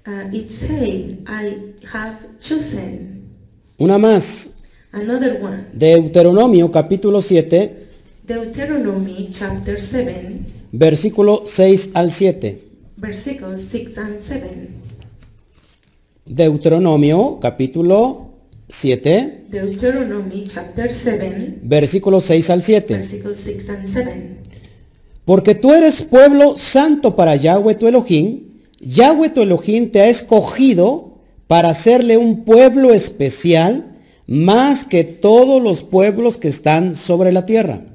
Uh, it said, I have chosen.
Una más.
Another one.
Deuteronomio capítulo 7,
Deuteronomy chapter 7.
versículo 6 al 7.
Versículos 6 and 7.
Deuteronomio capítulo 7,
Deuteronomy chapter 7,
versículo 6 al 7.
versículos 6 and 7.
Porque tú eres pueblo santo para Yahweh tu Elohim. Yahweh tu Elohim te ha escogido para hacerle un pueblo especial más que todos los pueblos que están sobre la tierra.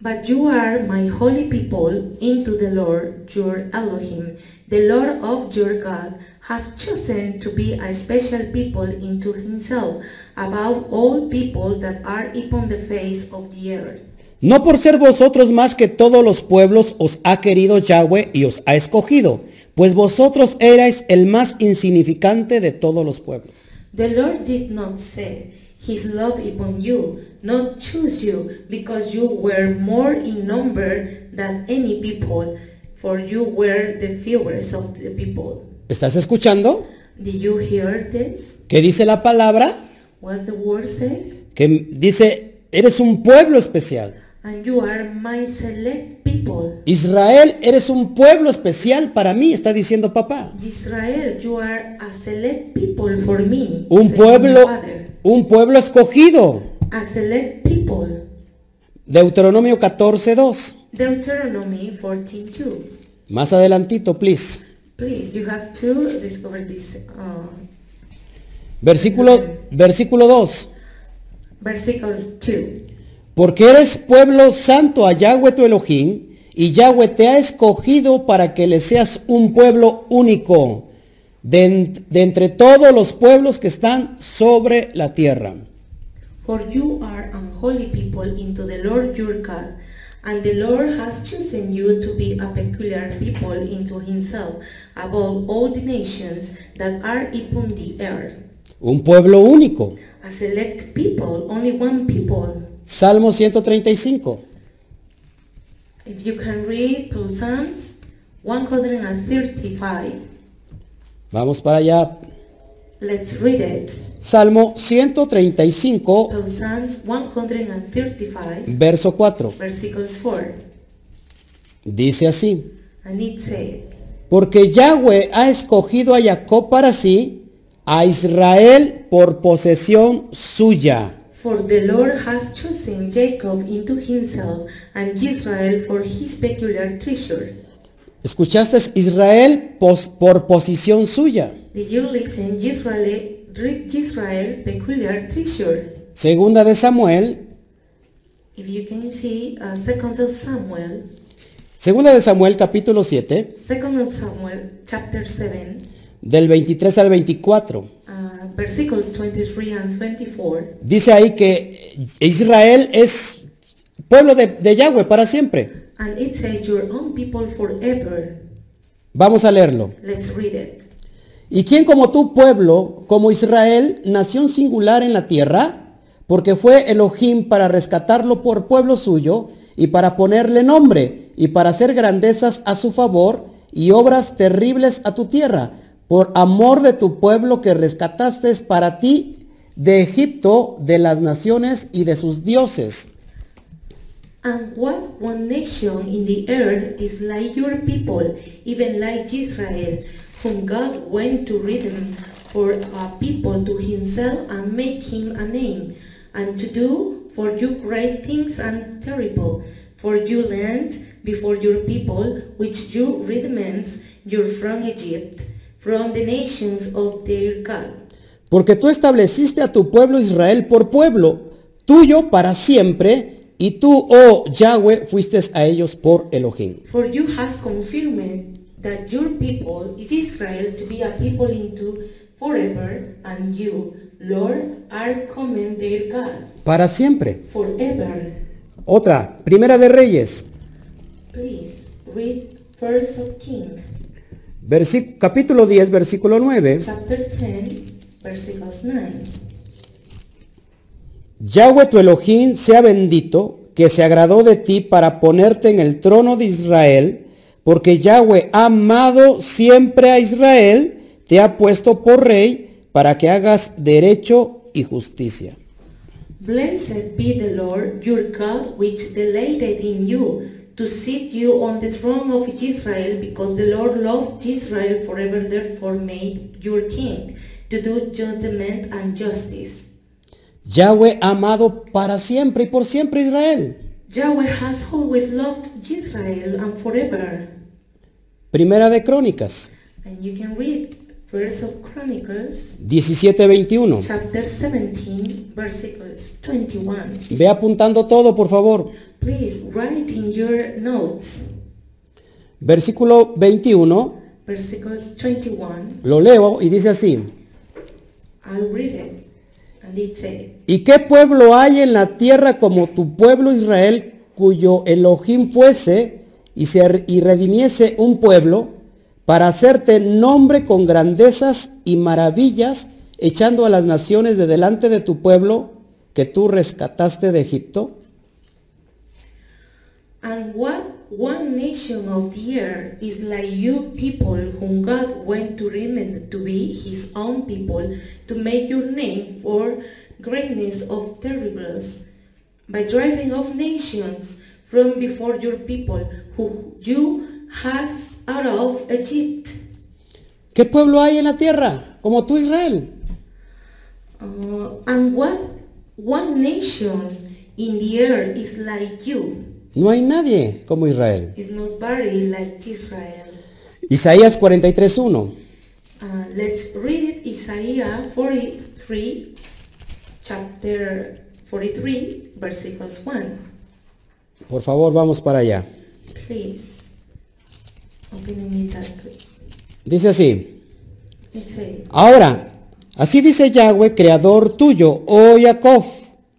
But you are my holy people into the Lord your Elohim, the Lord of your God, have chosen to be a special people into himself above all people that are upon the face of the earth.
No por ser vosotros más que todos los pueblos os ha querido Yahweh y os ha escogido, pues vosotros erais el más insignificante de todos los pueblos.
The Lord did not set his love upon you not choose you, because you were more in number than any people, for you were the fewest of the people.
¿Estás escuchando?
Did you hear this?
¿Qué dice la palabra?
What the word said?
Que dice, eres un pueblo especial.
And you are my select people.
Israel, eres un pueblo especial para mí, está diciendo papá.
Israel, you are a select people for me.
Un
said
pueblo,
my Father.
un pueblo escogido.
A select people.
Deuteronomio 14.2.
Deuteronomy 14.2.
Más adelantito, please.
Please, you have to discover this uh,
Versículo, versículo 2.
versicles 2.
Porque eres pueblo santo a Yahweh tu Elohim, y Yahweh te ha escogido para que le seas un pueblo único de, en- de entre todos los pueblos que están sobre la tierra.
For you are an holy people into the Lord your God, and the Lord has chosen you to be a peculiar people into himself above all the nations that are upon the earth.
Un pueblo único.
A select people, only one people.
Salmo 135.
If you can read to Psalms 135,
Vamos para allá.
let's read it.
Salmo 135,
To Psalms 135,
verso 4.
versicles 4.
Dice así.
And it said,
Porque Yahweh ha escogido a Jacob para sí, a Israel por posesión suya.
For the Lord has chosen Jacob into himself and Israel for his peculiar treasure.
¿Escuchaste Israel pos- por posición suya?
Did you listen, Israel? Read Israel peculiar treasure.
Segunda de Samuel,
If you can see uh, Second of Samuel,
segunda de Samuel capítulo 7,
Second of Samuel, chapter seven,
del 23 al 24.
uh, versicles 23 and 24.
Dice ahí que Israel es pueblo de, de Yahweh para siempre.
And it says, "Your own people forever."
Vamos a leerlo.
Let's read it.
¿Y quién como tu pueblo, como Israel, nación singular en la tierra? Porque fue Elohim para rescatarlo por pueblo suyo y para ponerle nombre y para hacer grandezas a su favor y obras terribles a tu tierra, por amor de tu pueblo que rescataste para ti de Egipto, de las naciones y de sus dioses.
And what one nation in the earth is like your people, even like Israel, whom God went to redeem for a people to himself and make him a name, and to do for you great things and terrible, for you land before your people, which you redeemed you from Egypt, from the nations of their God.
Porque tú estableciste a tu pueblo Israel por pueblo tuyo para siempre, y tú, oh Yahweh, fuiste a ellos por Elohim.
For you has confirmed that your people is Israel to be a people into forever, and you, Lord, are common their God
Para siempre.
forever.
Otra, Primera de Reyes,
Please read First of King,
versi- capítulo 10, versículo 9.
chapter 10, versicles 9.
Yahweh tu Elohim sea bendito, que se agradó de ti para ponerte en el trono de Israel, porque Yahweh ha amado siempre a Israel, te ha puesto por rey para que hagas derecho y justicia.
Blessed be the Lord your God, which delighted in you to sit you on the throne of Israel, because the Lord loved Israel forever, therefore made your king to do judgment and justice.
Yahweh ha amado para siempre y por siempre a Israel.
Yahweh has always loved Israel and forever.
Primera de Crónicas,
And you can read First of Chronicles
17:21.
chapter 17 versicles 21.
Ve apuntando todo, por favor.
Please write in your notes
Versículo 21,
versicles 21.
lo leo y dice así.
I'll read it. And it says
¿Y qué pueblo hay en la tierra como tu pueblo Israel, cuyo Elohim fuese y, se, re- y redimiese un pueblo para hacerte nombre con grandezas y maravillas, echando a las naciones de delante de tu pueblo? que tú rescataste de Egipto?
And what one nation of the earth is like you people whom God went to remnant to be his own people to make your name for greatness of terribles by driving off nations from before your people who you has out of Egypt.
¿Qué pueblo hay en la tierra como tú Israel?
Uh, and what one nation in the earth is like you
No hay nadie como Israel.
is nobody like Israel.
Isaías 43.1.
Uh, let's read Isaiah 43, chapter 43, versicles 1.
Por favor, vamos para allá.
Please, open me that, please.
Dice así.
It says,
Ahora, así dice Yahweh, creador tuyo, oh Jacob,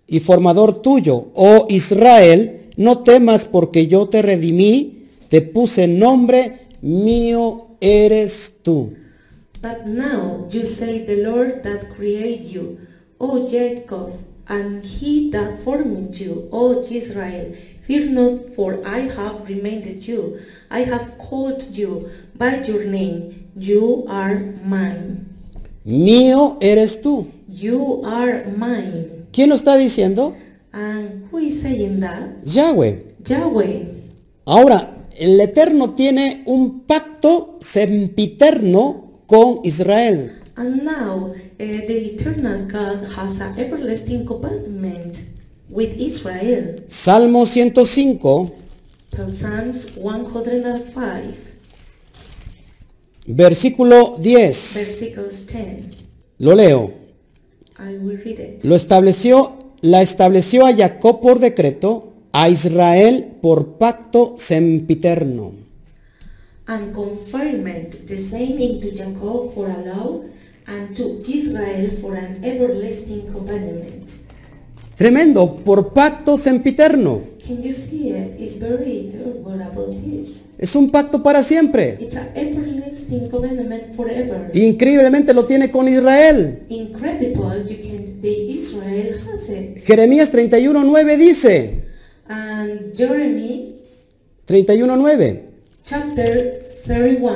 y formador tuyo, oh Israel, no temas porque yo te redimí, te puse nombre, mío eres tú.
But now you say the Lord that created you, O Jacob, and he that formed you, O Israel. Fear not, for I have reminded you. I have called you by your name. You are mine.
Mío eres tú.
You are mine.
¿Quién lo está diciendo?
And who is saying that?
Yahweh.
Yahweh.
Ahora, el Eterno tiene un pacto sempiterno con Israel.
And now uh, the eternal God has an everlasting covenant with Israel.
Salmo 105,
Psalms 105.
versículo 10.
Versicles 10.
Lo leo.
I will read it.
Lo estableció, la estableció a Jacob por decreto, a Israel por pacto sempiterno.
And confirmed the same into Jacob for a law, and to Israel for an everlasting covenant.
Tremendo, por pacto sempiterno.
Can you see it? It's very terrible about this.
Es un pacto para siempre.
It's an everlasting covenant forever.
Increíblemente lo tiene con Israel.
Incredible, you can. The Israel has it.
Jeremías 31.9 dice,
And Jeremy
31.9,
chapter 31,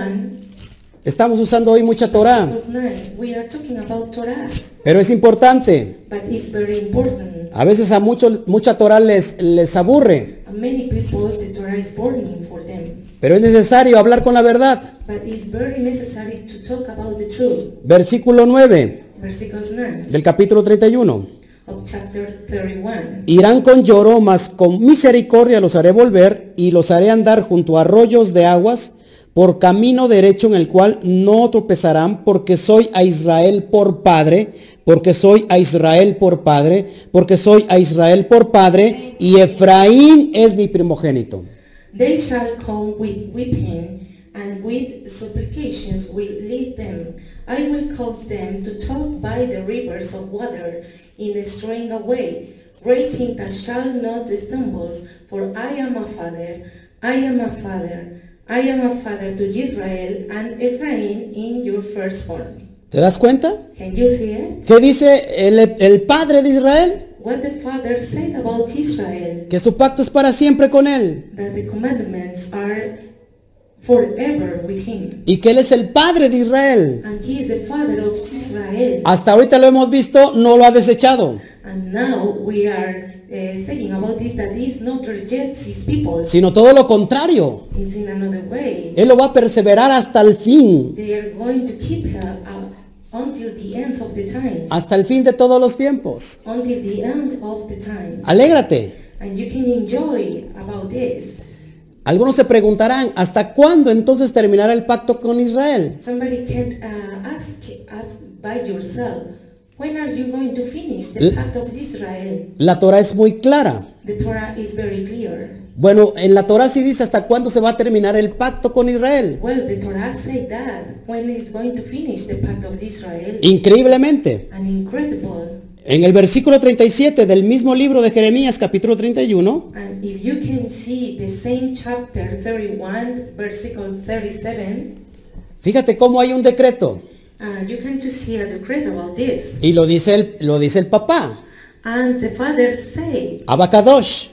estamos usando hoy mucha Torah,
verse 9. We are talking about Torah,
pero es importante.
but it's very important.
A veces a muchos, mucha Torah les, les aburre,
Many people, the Torah is burning for them,
pero es necesario hablar con la verdad.
but it's very necessary to talk about the truth.
Versículo 9
Versicles 9
del capítulo 31.
of chapter 31.
Irán con lloro, mas con misericordia los haré volver y los haré andar junto a arroyos de aguas por camino derecho en el cual no tropezarán, porque soy a Israel por padre, porque soy a Israel por padre, porque soy a Israel por padre, y Efraín es mi primogénito.
They shall come with weeping and with supplications will lead them. I will cause them to talk by the rivers of water in a straying away, rating that shall not stumble, for I am a father, I am a father, I am a father to Israel and Ephraim in your firstborn.
¿Te das cuenta?
Can you see it?
¿Qué dice el, el padre de Israel?
What the Father said about Israel,
Que su pacto es para siempre con él.
that the commandments are forever with him.
Y que él es el padre de Israel.
And he is the father of Israel.
Hasta ahorita lo hemos visto, no lo ha desechado.
And now we are uh, saying about this that he is not rejects his people.
sino todo lo contrario.
It's in another way.
Él lo va a perseverar hasta el fin,
They are going to keep her up until the ends of the times.
hasta el fin de todos los tiempos.
Until the end of the times.
Alégrate.
And you can enjoy about this.
Algunos se preguntarán, ¿hasta cuándo entonces terminará el pacto con Israel?
Somebody can uh, ask, ask by yourself, when are you going to finish the
L-
pact of Israel?
La Torah es muy clara.
The Torah is very clear.
Bueno, en la Torah sí dice hasta cuándo se va a terminar el pacto con Israel.
Well, the Torah said that when it's going to finish the pact of Israel.
Increíblemente,
An incredible.
en el versículo 37 del mismo libro de Jeremías, capítulo 31,
And if you can see the same chapter 31, versicle 37,
fíjate cómo hay un decreto.
uh, you can to see a decree about this.
Y lo dice el, lo dice el papá.
And the Father said,
Abacadosh,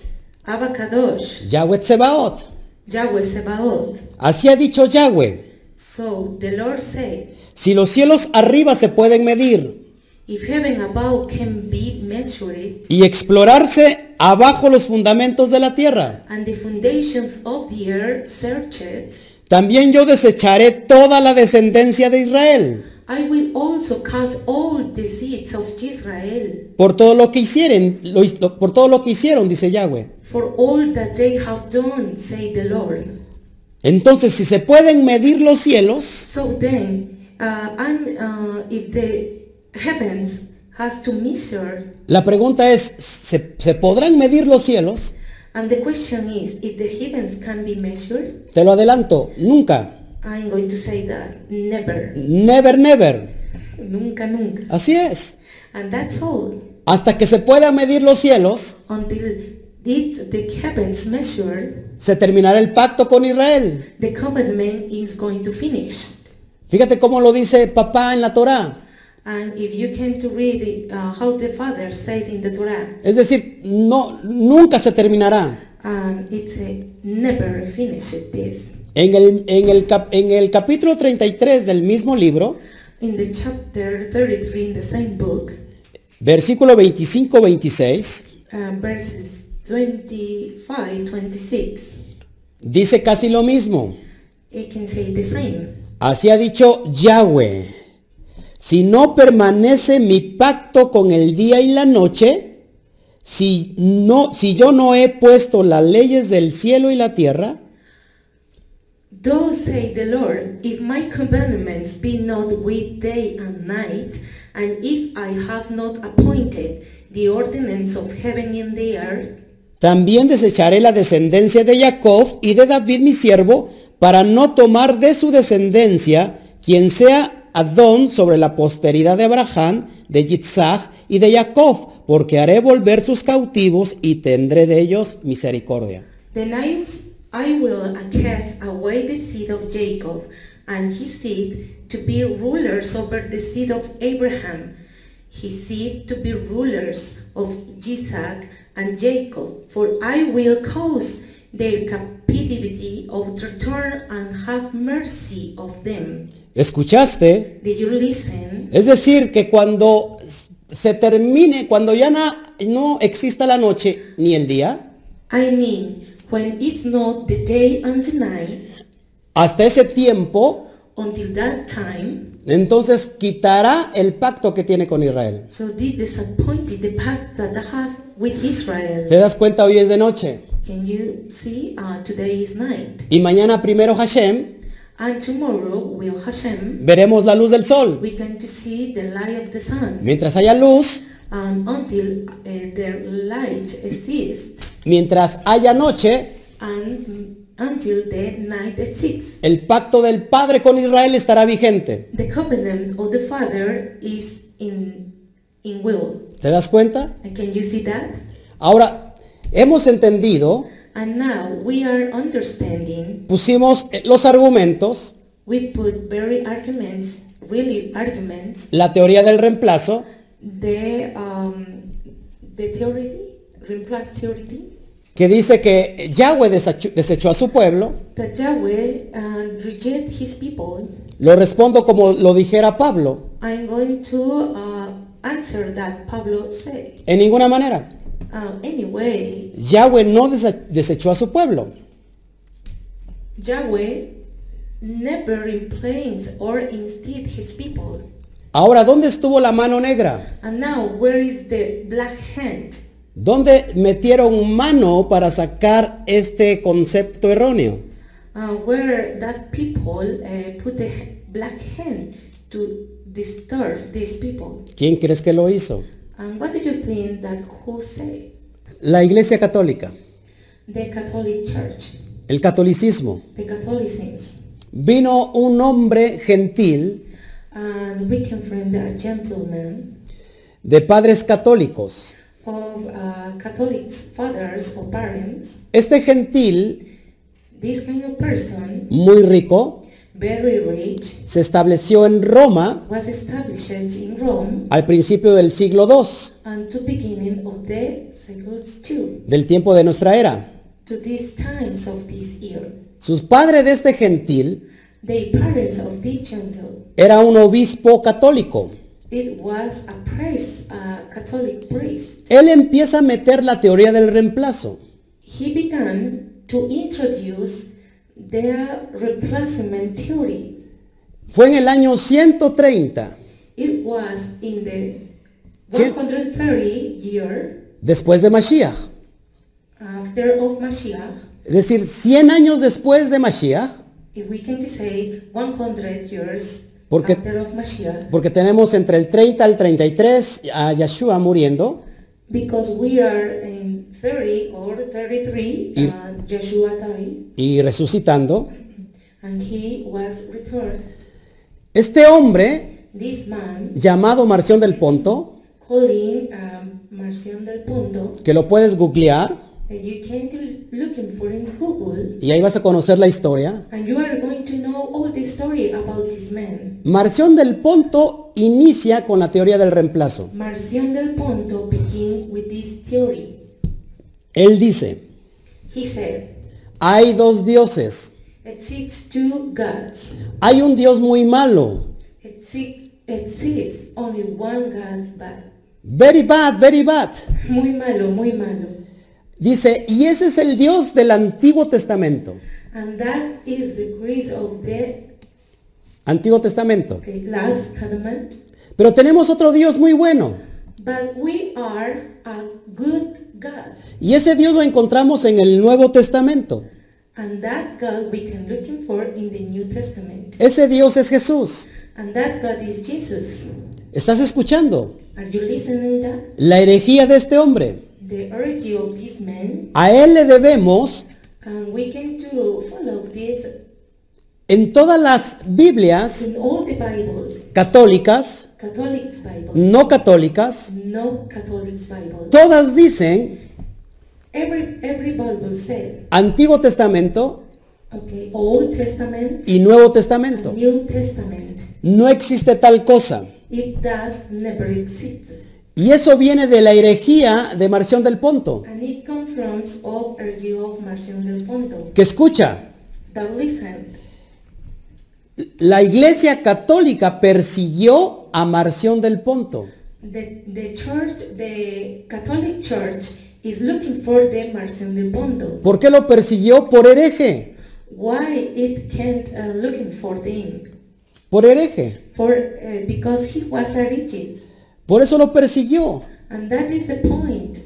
Abacadosh,
Yahweh Tsebaot.
Yahweh Sebaot.
Así ha dicho Yahweh.
So the Lord said,
Si los cielos arriba se pueden medir
If heaven above can be measured,
y explorarse abajo los fundamentos de la tierra,
and the foundations of the earth searched,
también yo desecharé toda la descendencia de Israel
I will also cast all the seeds of Israel
por todo lo que hicieren, lo- lo- por todo lo que hicieron, dice Yahweh.
for all that they have done, say the Lord.
Entonces, si se pueden medir los cielos,
So then, uh, and uh, if the heavens has to measure,
la pregunta es, ¿se, se podrán medir los cielos?
and the question is, if the heavens can be measured,
Te lo adelanto, nunca.
I'm going to say that never,
Never, never.
nunca, nunca,
Así es.
and that's all.
Hasta que se pueda medir los cielos,
Until it the heavens measure,
se terminará el pacto con Israel.
the commandment is going to finish.
Fíjate cómo lo dice papá en la Torá.
And if you came to read it, uh, how the Father said in the Torah,
Es decir, no, nunca se terminará.
um, it's a never finished this.
En el, en el cap- en el capítulo 33 del mismo libro,
In the chapter 33 in the same book,
versículo 25-26,
um, verses 25, 26,
dice casi lo mismo.
it can say the same.
Así ha dicho Yahweh. Si no permanece mi pacto con el día y la noche, si, no, si yo no he puesto las leyes del cielo y la tierra,
Though say the Lord, if my commandments be not with day and night, and if I have not appointed the ordinance of heaven and the earth,
También desecharé la descendencia de Jacob y de David mi siervo, para no tomar de su descendencia quien sea Adón sobre la posteridad de Abraham, de Yitzhak y de Jacob, porque haré volver sus cautivos y tendré de ellos misericordia.
then I, I will cast away the seed of Jacob and his seed to be rulers over the seed of Abraham, his seed to be rulers of Isaac and Jacob, for I will cause their captivity of return and have mercy of them.
¿Escuchaste?
Did you listen?
Es decir, que cuando se termine, cuando ya na- no exista la noche ni el día,
I mean, when it's not the day and the night,
hasta ese tiempo,
until that time,
entonces quitará el pacto que tiene con Israel.
So they disappointed the pact that they have with Israel.
¿Te das cuenta? Hoy es de noche.
Can you see? Uh, today is night,
Y mañana primero Hashem,
and tomorrow will Hashem.
veremos la luz del sol.
We can to see the light of the sun,
Mientras haya luz,
and until uh, the light exists,
mientras haya noche,
and until the night exists,
el pacto del Padre con Israel estará vigente.
the covenant of the Father is in in will.
¿Te das cuenta?
And can you see that?
Ahora, hemos entendido,
And now we are understanding.
pusimos eh, los argumentos,
We put very arguments, really arguments,
la teoría del reemplazo,
the um, the theory, Rimplast theory,
que dice que Yahweh desachu- desechó a su pueblo.
that Yahweh uh, reject his people.
Lo respondo como lo dijera Pablo,
I'm going to uh, answer that Pablo said.
en ninguna manera.
Uh, anyway,
Yahweh no desa- desechó a su pueblo.
Yahweh never replaces or instead his people.
Ahora, ¿dónde estuvo la mano negra?
And now, where is the black hand?
¿Dónde metieron mano para sacar este concepto erróneo?
Uh, where that people uh, put the h- black hand to disturb these people?
¿Quién crees que lo hizo?
And what do you think that who said?
La Iglesia Católica,
The Catholic Church,
el catolicismo.
the Catholicisms,
Vino un hombre gentil
and we can find a gentleman
de padres católicos.
of uh, Catholic fathers or parents.
Este gentil,
This kind of person,
muy rico,
very rich,
se estableció en Roma
was established in Rome
al principio del siglo II,
and to beginning of the second two,
del tiempo de nuestra era.
to these times of this year.
Sus padres de este gentil
The parents of this gentle,
era un obispo católico.
it was a priest, a Catholic priest.
Él empieza a meter la teoría del reemplazo.
He began to introduce their replacement theory.
Fue en el año 130
It was in the
Sí.
130 year
después de Mashiach.
after of Mashiach,
Es decir, 100 años después de Mashiach,
if we can say 100 years
Porque-
after of Mashiach,
porque tenemos entre el 30 al 33 a Yeshua muriendo,
because we are in 30 or 33,
Y-
uh, Joshua died,
y resucitando.
and he was returned.
Este hombre,
This man,
llamado Marción del Ponto,
calling um, Marcion del Punto,
que lo puedes googlear,
that you can do looking for in Google,
y ahí vas a conocer la historia.
and you are going to know all the story about this man.
Marción del Ponto inicia con la teoría del reemplazo.
Marcion del Ponto began with this theory.
Él dice,
He said,
hay dos dioses.
exists two gods.
Hay un dios muy malo,
Exi- Exists only one God, but
very bad, very bad.
muy malo, muy malo.
Dice, y ese es el dios del Antiguo Testamento.
And that is the grace of the
Antiguo Testamento.
okay, last commandment.
Pero tenemos otro Dios muy bueno.
But we are a good God.
Y ese Dios lo encontramos en el Nuevo Testamento.
And that God we can looking for in the New Testament.
Ese Dios es Jesús.
And that God is Jesus.
¿Estás escuchando?
Are you listening that?
La herejía de este hombre.
The origin of this man.
A él le debemos,
And we can do follow this
en todas las Biblias
in all the Bibles.
católicas,
Catholics Bible.
no católicas,
No Catholics Bible.
todas dicen
Every every Bible said,
Antiguo Testamento
okay, Old Testament
y Nuevo
and
Testamento.
New Testament.
No existe tal cosa.
It that never existed.
Y eso viene de la herejía de Marción del Ponto.
And it comes from all origin of Marcion del Ponto.
Que escucha,
That listen.
La iglesia católica persiguió a Marción del Ponto.
The, the church, the Catholic Church, is looking for the Marcion del Ponto.
¿Por qué lo persiguió? Por hereje.
Why it can't uh, looking for them?
Por hereje.
For uh, because he was a rigid,
Por eso lo persiguió.
and that is the point.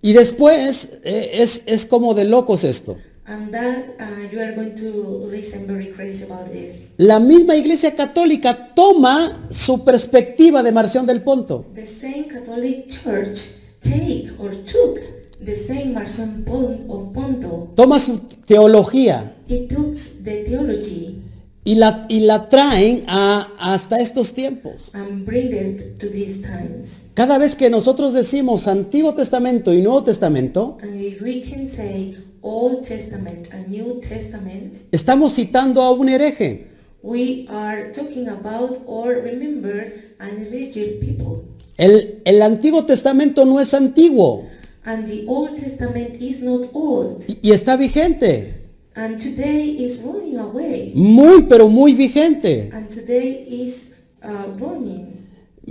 Y después eh, es, es como de locos esto.
And that uh, you are going to listen very crazy about this.
La misma iglesia católica toma su perspectiva de Marción del Ponto.
The same Catholic Church take or took the same Marcion Pon- of Ponto.
Toma su teología
It took the theology
y la, y la traen a- hasta estos tiempos.
and bring it to these times.
Cada vez que nosotros decimos Antiguo Testamento y Nuevo Testamento,
And if we can say Old Testament and New Testament,
estamos citando a un hereje.
we are talking about or remember and rigid people.
El, el Antiguo Testamento no es antiguo
And the Old Testament is not old.
y, y está vigente,
And today is running away.
muy pero muy vigente.
And today is uh, running.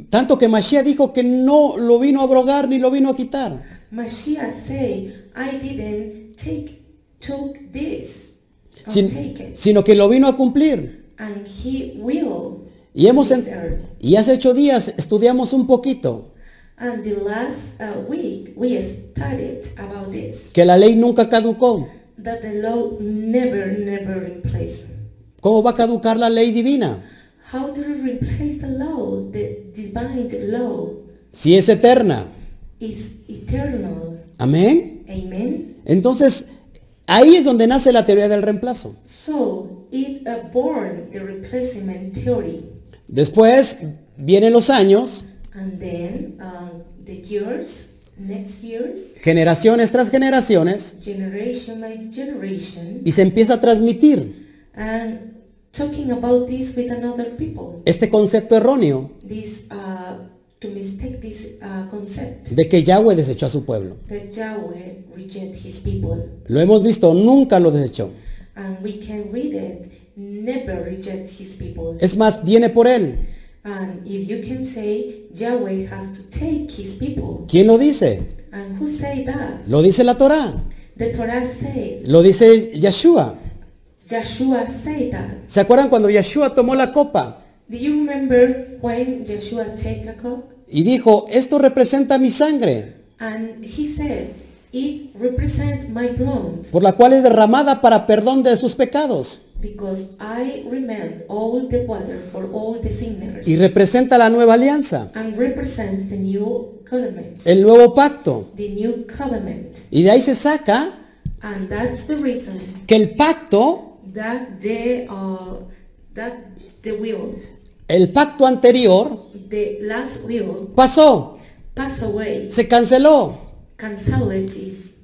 Tanto que Mashiach dijo que no lo vino a abrogar ni lo vino a quitar.
Mashiach say, I didn't take, took this, or
sin-
take it.
sino que lo vino a cumplir.
And he will.
Y hemos en-
this earth.
y hace ocho días estudiamos un poquito
And the last uh, week we studied about this
que la ley nunca caducó.
that the law never, never replaced.
¿Cómo va a caducar la ley divina?
How do we replace the law? The divine law
Si es eterna.
is eternal.
Amén.
Amen.
Entonces, ahí es donde nace la teoría del reemplazo.
So it uh, born the replacement theory,
Después vienen los años,
and then uh, the years, next years,
generaciones tras generaciones,
generation by generation,
y se empieza a transmitir.
and talking about this with another people.
Este concepto erróneo
This uh, to mistake this uh, concept
de que Yahweh desechó a su pueblo.
that Yahweh reject His people,
Lo hemos visto, nunca lo desechó.
and we can read it. Never reject His people.
Es más, viene por él.
And if you can say Yahweh has to take His people,
¿Quién lo dice?
and who say that?
Lo dice la Torá.
The Torah say.
Lo dice Yeshua.
Joshua say that.
¿Se acuerdan cuando Yeshua tomó la copa
Do you remember when Joshua take a cup
y dijo, esto representa mi sangre,
and he said, "It represents my blood,
por la cual es derramada para perdón de sus pecados?
because I remand all the water for all the sinners,
Y representa la nueva alianza,
and represents the new covenant,
el nuevo pacto.
the new covenant,
Y de ahí se saca
and that's the reason
que el pacto,
that the uh, that the will,
el pacto anterior,
the last will,
pasó,
pass away,
se canceló.
cancel it is,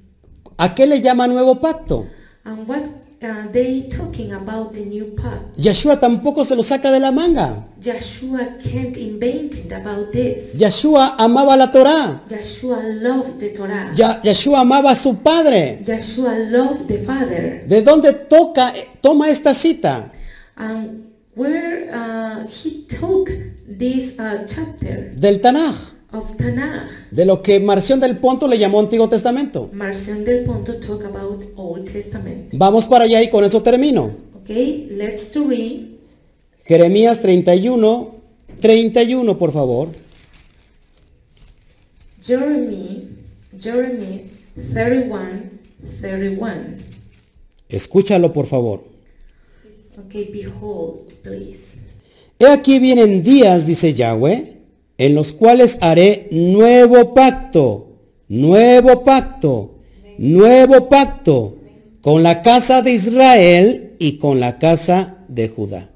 ¿A qué le llama nuevo pacto?
and what are they talking about the new pact?"
Yeshua tampoco se lo saca de la manga.
Joshua can't invent it about this.
Yeshua amaba la Torá.
Joshua loved the Torah.
Ya- Yeshua amaba a su padre.
Joshua loved the Father.
¿De dónde toca, toma esta cita?
And where uh, he took this uh, chapter
Del Tanaj,
of Tanakh,
de lo que Marción del Ponto le llamó Antiguo Testamento.
Marcion del Ponto talk about Old Testament.
Vamos para allá y con eso termino.
Okay, let's to read
Jeremías 31, 31, por favor.
Jeremy, Jeremy 31, 31.
Escúchalo, por favor.
Okay, behold, please.
He aquí vienen días, dice Yahweh, en los cuales haré nuevo pacto, nuevo pacto, nuevo pacto con la casa de Israel y con la casa de Judá.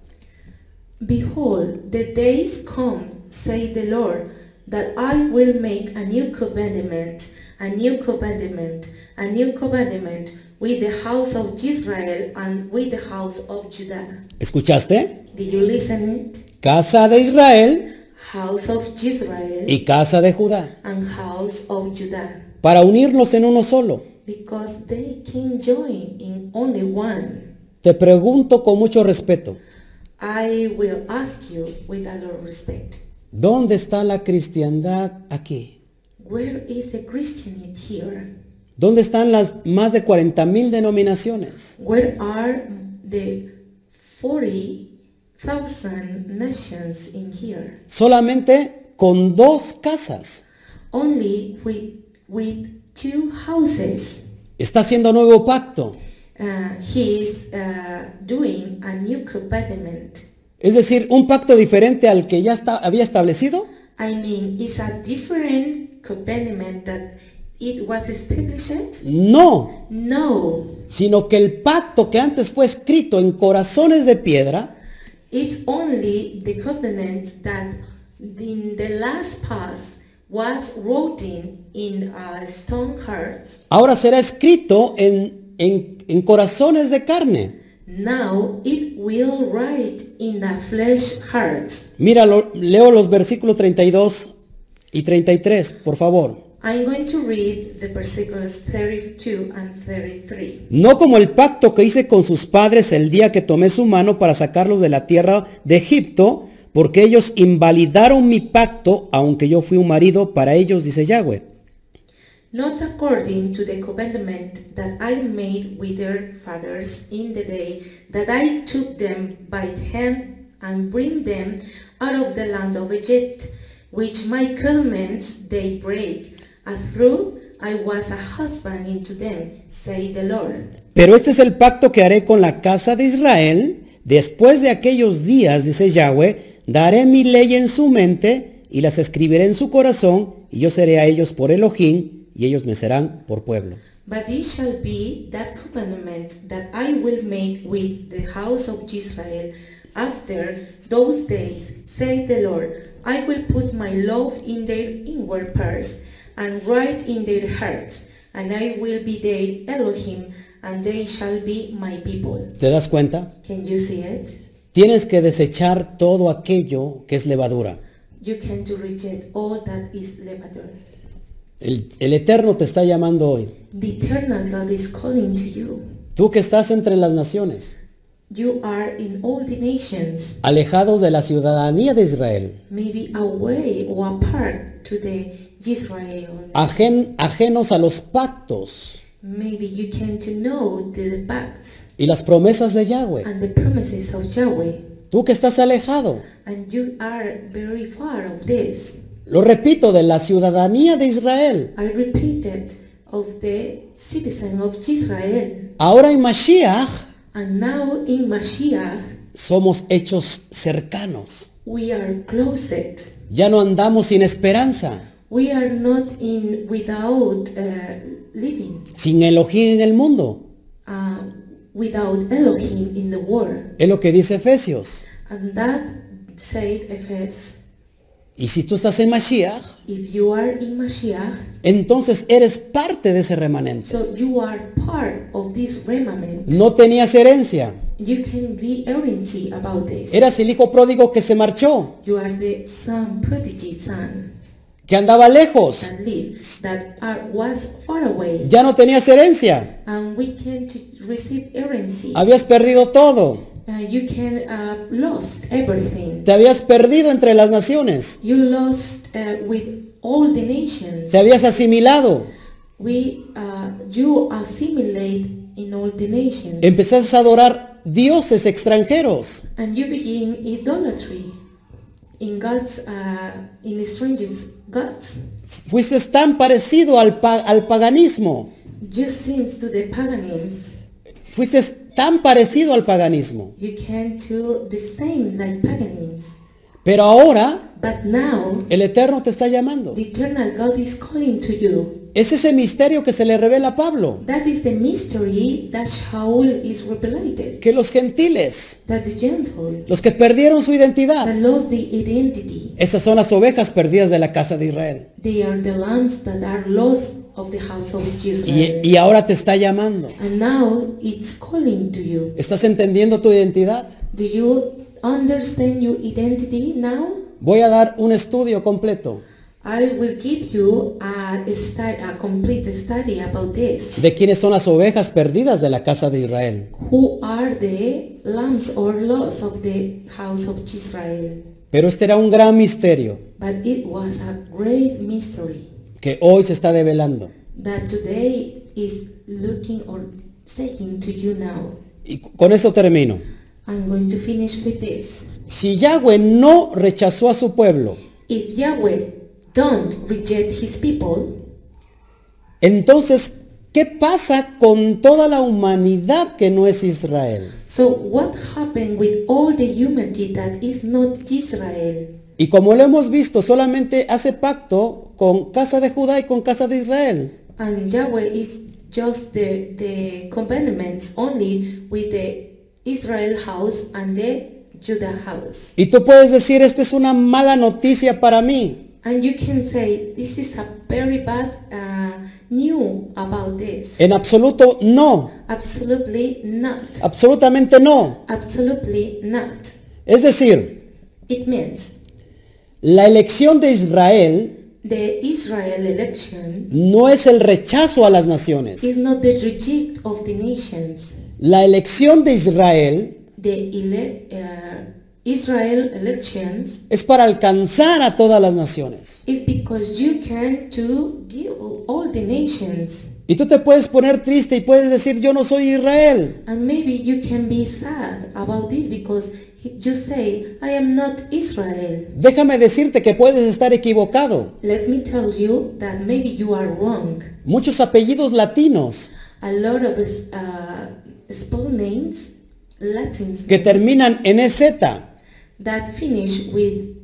Behold, the days come, say the Lord, that I will make a new covenant, a new covenant, a new covenant with the house of Israel and with the house of Judah.
¿Escuchaste?
Do you listen it?
Casa de Israel
House of Israel
y casa de Judá,
and house of Judah,
para unirlos en uno solo.
because they can join in only one.
Te pregunto con mucho respeto,
I will ask you with a lot of respect.
¿dónde está la cristiandad aquí?
Where is the Christianity here?
¿Dónde están las más de 40 mil denominaciones?
Where are the 40,000 nations in here?
Solamente con dos casas.
Only with, with two houses.
Está haciendo nuevo pacto.
Uh, he is uh, doing a new covenant.
Es decir, un pacto diferente al que ya está- había establecido,
I mean, it's a different covenant that it was established?
no,
No,
sino que el pacto que antes fue escrito en corazones de piedra,
it's only the covenant that in the last past was written in a stone heart.
ahora será escrito en, en- en corazones de carne.
Now it will write in the flesh hearts.
Mira, lo- leo los versículos 32 y 33, por favor.
I'm going to read the versículos 32 and 33.
No como el pacto que hice con sus padres el día que tomé su mano para sacarlos de la tierra de Egipto, porque ellos invalidaron mi pacto, aunque yo fui un marido para ellos, dice Yahweh.
Not according to the covenant that I made with their fathers in the day that I took them by the hand and bring them out of the land of Egypt, which my covenants they break. And through I was a husband unto them, say the Lord.
Pero este es el pacto que haré con la casa de Israel. Después de aquellos días, dice Yahweh, daré mi ley en su mente y las escribiré en su corazón, y yo seré a ellos por Elohim, y ellos me serán por pueblo.
But it shall be that covenant that I will make with the house of Israel after those days, saith the Lord. I will put my law in their inward parts and write in their hearts, and I will be their Elohim, and they shall be my people.
¿Te das cuenta?
Can you see it?
Tienes que desechar todo aquello que es levadura.
You can to reject all that is levadura.
El, el Eterno te está llamando hoy.
The eternal God is calling to you.
Tú que estás entre las naciones,
You are in all the nations,
alejados de la ciudadanía de Israel,
maybe away or apart to the Israel.
ajen- ajenos a los pactos
Maybe you came to know the facts
y las promesas de Yahweh.
and the promises of Yahweh,
Tú que estás alejado,
and you are very far of this.
lo repito, de la ciudadanía de Israel.
I repeated of the citizen of Israel,
Ahora en Mashiach
and now in Mashiach
somos hechos cercanos.
we are closed.
Ya no andamos sin esperanza,
We are not in without uh, living,
sin Elohim en el mundo.
uh, without Elohim in the world,
Es lo que dice Efesios.
and that said Ephes.
Y si tú estás en Mashiach,
If you are in Mashiach,
entonces eres parte de ese remanente.
So you are part of this remnant.
No tenías herencia.
You can be erranty about this.
Eras el hijo pródigo que se marchó,
You are the son prodigy son
que andaba lejos.
that lived that are, was far away.
Ya no tenías herencia.
And we can t- receive errancy.
Habías perdido todo.
Uh, you can uh, lost everything.
Te habías perdido entre las naciones.
You lost uh, with all the nations.
Te habías asimilado.
We uh, you assimilate in all the nations.
Empezaste a adorar dioses extranjeros.
And you begin idolatry in God's, uh, in strangers' gods.
Fuiste tan parecido al, pa- al paganismo.
Just seems to the paganisms,
Fuiste tan parecido al paganismo.
you can do the same like paganisms.
Pero ahora
But now,
el Eterno te está llamando.
the eternal God is calling to you.
Es ese misterio que se le revela a Pablo.
That is the mystery that Shaul is revelated.
Que los gentiles,
That the gentle,
los que perdieron su identidad,
that lost the identity.
esas son las ovejas perdidas de la casa de Israel.
They are the lambs that are lost of the house of
Y-
Israel.
y ahora te está llamando.
And now it's calling to you.
¿Estás entendiendo tu identidad?
Do you understand your identity now?
Voy a dar un estudio completo
I will give you a, study, a complete study about this.
de quiénes son las ovejas perdidas de la casa de Israel.
Who are the lambs or lots of the house of Israel?
Pero este era un gran misterio
But it was a great mystery
que hoy se está develando.
that today is looking or saying to you now.
Y c- con eso termino.
I'm going to finish with this.
Si Yahweh no rechazó a su pueblo,
If Yahweh don't reject his people,
entonces, ¿qué pasa con toda la humanidad que no es Israel?
so what happened with all the humanity that is not Israel?
Y como lo hemos visto, solamente hace pacto con casa de Judá y con casa de Israel.
And Yahweh is just the, the commandments only with the Israel house and the Judah house.
Y tú puedes decir, esta es una mala noticia para mí.
And you can say this is a very bad uh, new about this.
En absoluto, no.
Absolutely not.
Absolutamente no.
Absolutely not.
Es decir,
It means
la elección de Israel
the Israel election
no es el rechazo a las naciones.
is not the reject of the nations.
La elección de Israel
The ele- uh, Israel elections
es para alcanzar a todas las naciones.
It's because you can to give all the nations.
Y tú te puedes poner triste y puedes decir, yo no soy Israel.
And maybe you can be sad about this because he- you say, I am not Israel.
Déjame decirte que puedes estar equivocado.
Let me tell you that maybe you are wrong.
Muchos apellidos latinos
A lot of uh, spell names, Latin,
que terminan en E EZ,
that finish with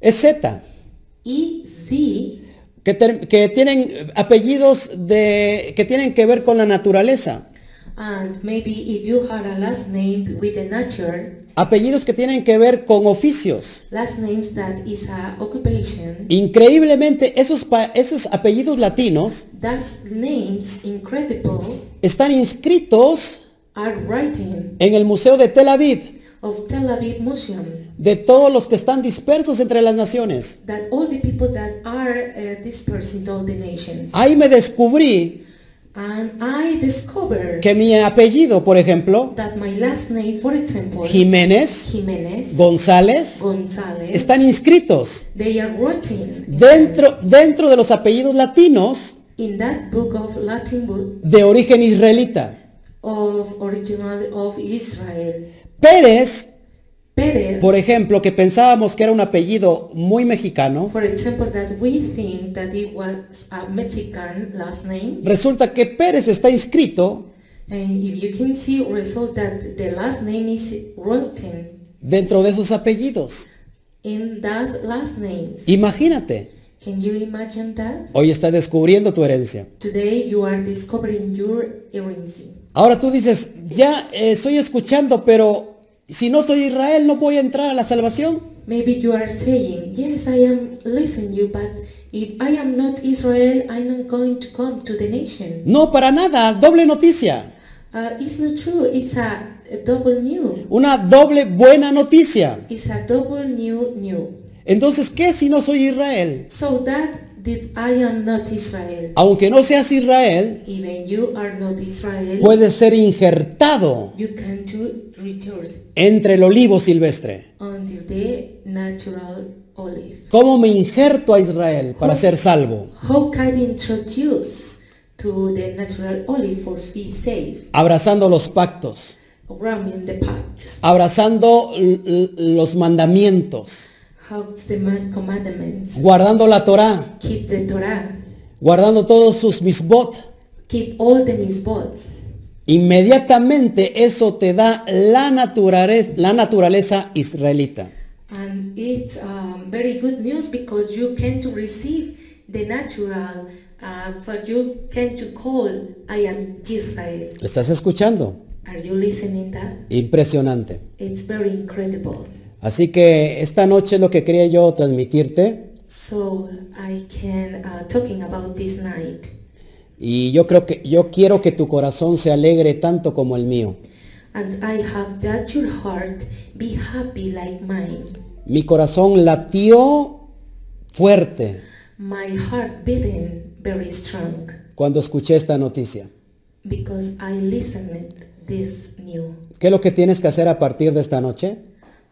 E
E
EZ,
EZ,
que, ter- que tienen apellidos de, que tienen que ver con la naturaleza.
and maybe if you had a last name with a nature,
apellidos que tienen que ver con oficios.
last names that is a occupation,
Increíblemente, esos, pa- esos apellidos latinos
that's names incredible.
están inscritos
are writing
en el Museo de Tel Aviv.
of Tel Aviv Museum,
de todos los que están dispersos entre las naciones.
that all the people that are uh, dispersed in all the nations.
Ahí me descubrí
And I discovered
que mi apellido, por ejemplo,
that my last name, for example,
Jiménez,
Jimenez,
González,
González,
están inscritos
they are written
dentro, dentro de los apellidos latinos
in that book of Latin book
de origen israelita.
of original of Israel.
Pérez,
Pérez,
por ejemplo, que pensábamos que era un apellido muy mexicano,
for example, that we think that it was a Mexican last name,
resulta que Pérez está inscrito
and if you can see result that the last name is written
dentro de esos apellidos.
in that last names.
Imagínate,
Can you imagine that?
hoy estás descubriendo tu herencia.
Today you are discovering your heresy.
Ahora tú dices, ya eh, estoy escuchando, pero si no soy Israel no voy a entrar a la salvación.
Maybe you are saying, yes, I am listening you, but if I am not Israel, I am not going to come to the nation.
No, para nada, doble noticia.
Uh, it's not true. It's a, a double new.
Una doble buena noticia.
It's a double new new.
Entonces, ¿qué si no soy Israel?
So that did I am not Israel.
Aunque no seas Israel,
Even you are not Israel.
puedes ser injertado
you can too return
entre el olivo silvestre.
until the natural olive.
¿Cómo me injerto a Israel para ser salvo?
How can I introduce to the natural olive for be safe?
Abrazando los pactos,
Ramming the pipes.
abrazando l- l- los mandamientos,
How's the man commandments?
guardando la Torah,
Keep the Torah.
guardando todos sus misbot.
Keep all the misbots.
Inmediatamente eso te da la naturaleza, la naturaleza israelita.
And it's um, very good news because you can to receive the natural, uh, for you can to call, I am Israel.
¿Le estás escuchando?
Are you listening that?
Impresionante.
It's very incredible.
Así que esta noche lo que quería yo transmitirte,
So I can uh, talking about this night.
y yo creo que yo quiero que tu corazón se alegre tanto como el mío.
And I have that your heart be happy like mine.
Mi corazón latió fuerte
My heart beating very strong
cuando escuché esta noticia.
because I listened this new.
¿Qué es lo que tienes que hacer a partir de esta noche?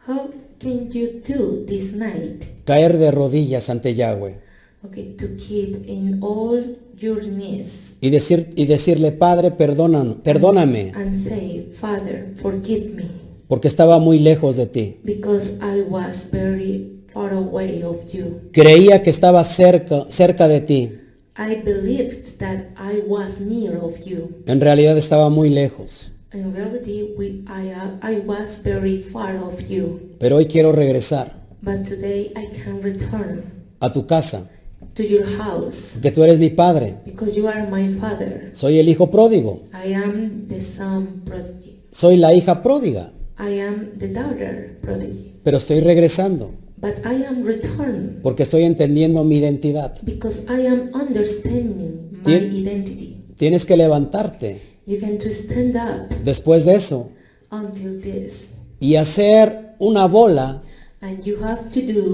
How can you do this night?
Caer de rodillas ante Yahweh
Okay, to keep in all your needs
y, decir, y decirle, Padre, perdónan- perdóname,
and say, Father, forgive me
porque estaba muy lejos de ti.
because I was very far away of you.
Creía que estaba cerca, cerca de ti.
I believed that I was near of you.
En realidad estaba muy lejos.
In reality, we, I, uh, I was very far of you.
Pero hoy quiero regresar
But today I can return
a tu casa,
to your house
porque tú eres mi padre.
because you are my father.
Soy el hijo pródigo.
I am the son prodigy.
Soy la hija pródiga.
I am the daughter prodigy.
Pero estoy regresando,
But I am returned
porque estoy entendiendo mi identidad.
because I am understanding my
Tien-
identity.
Tienes que levantarte
You can to stand up
después de eso
until this.
y hacer una bola,
And you have to do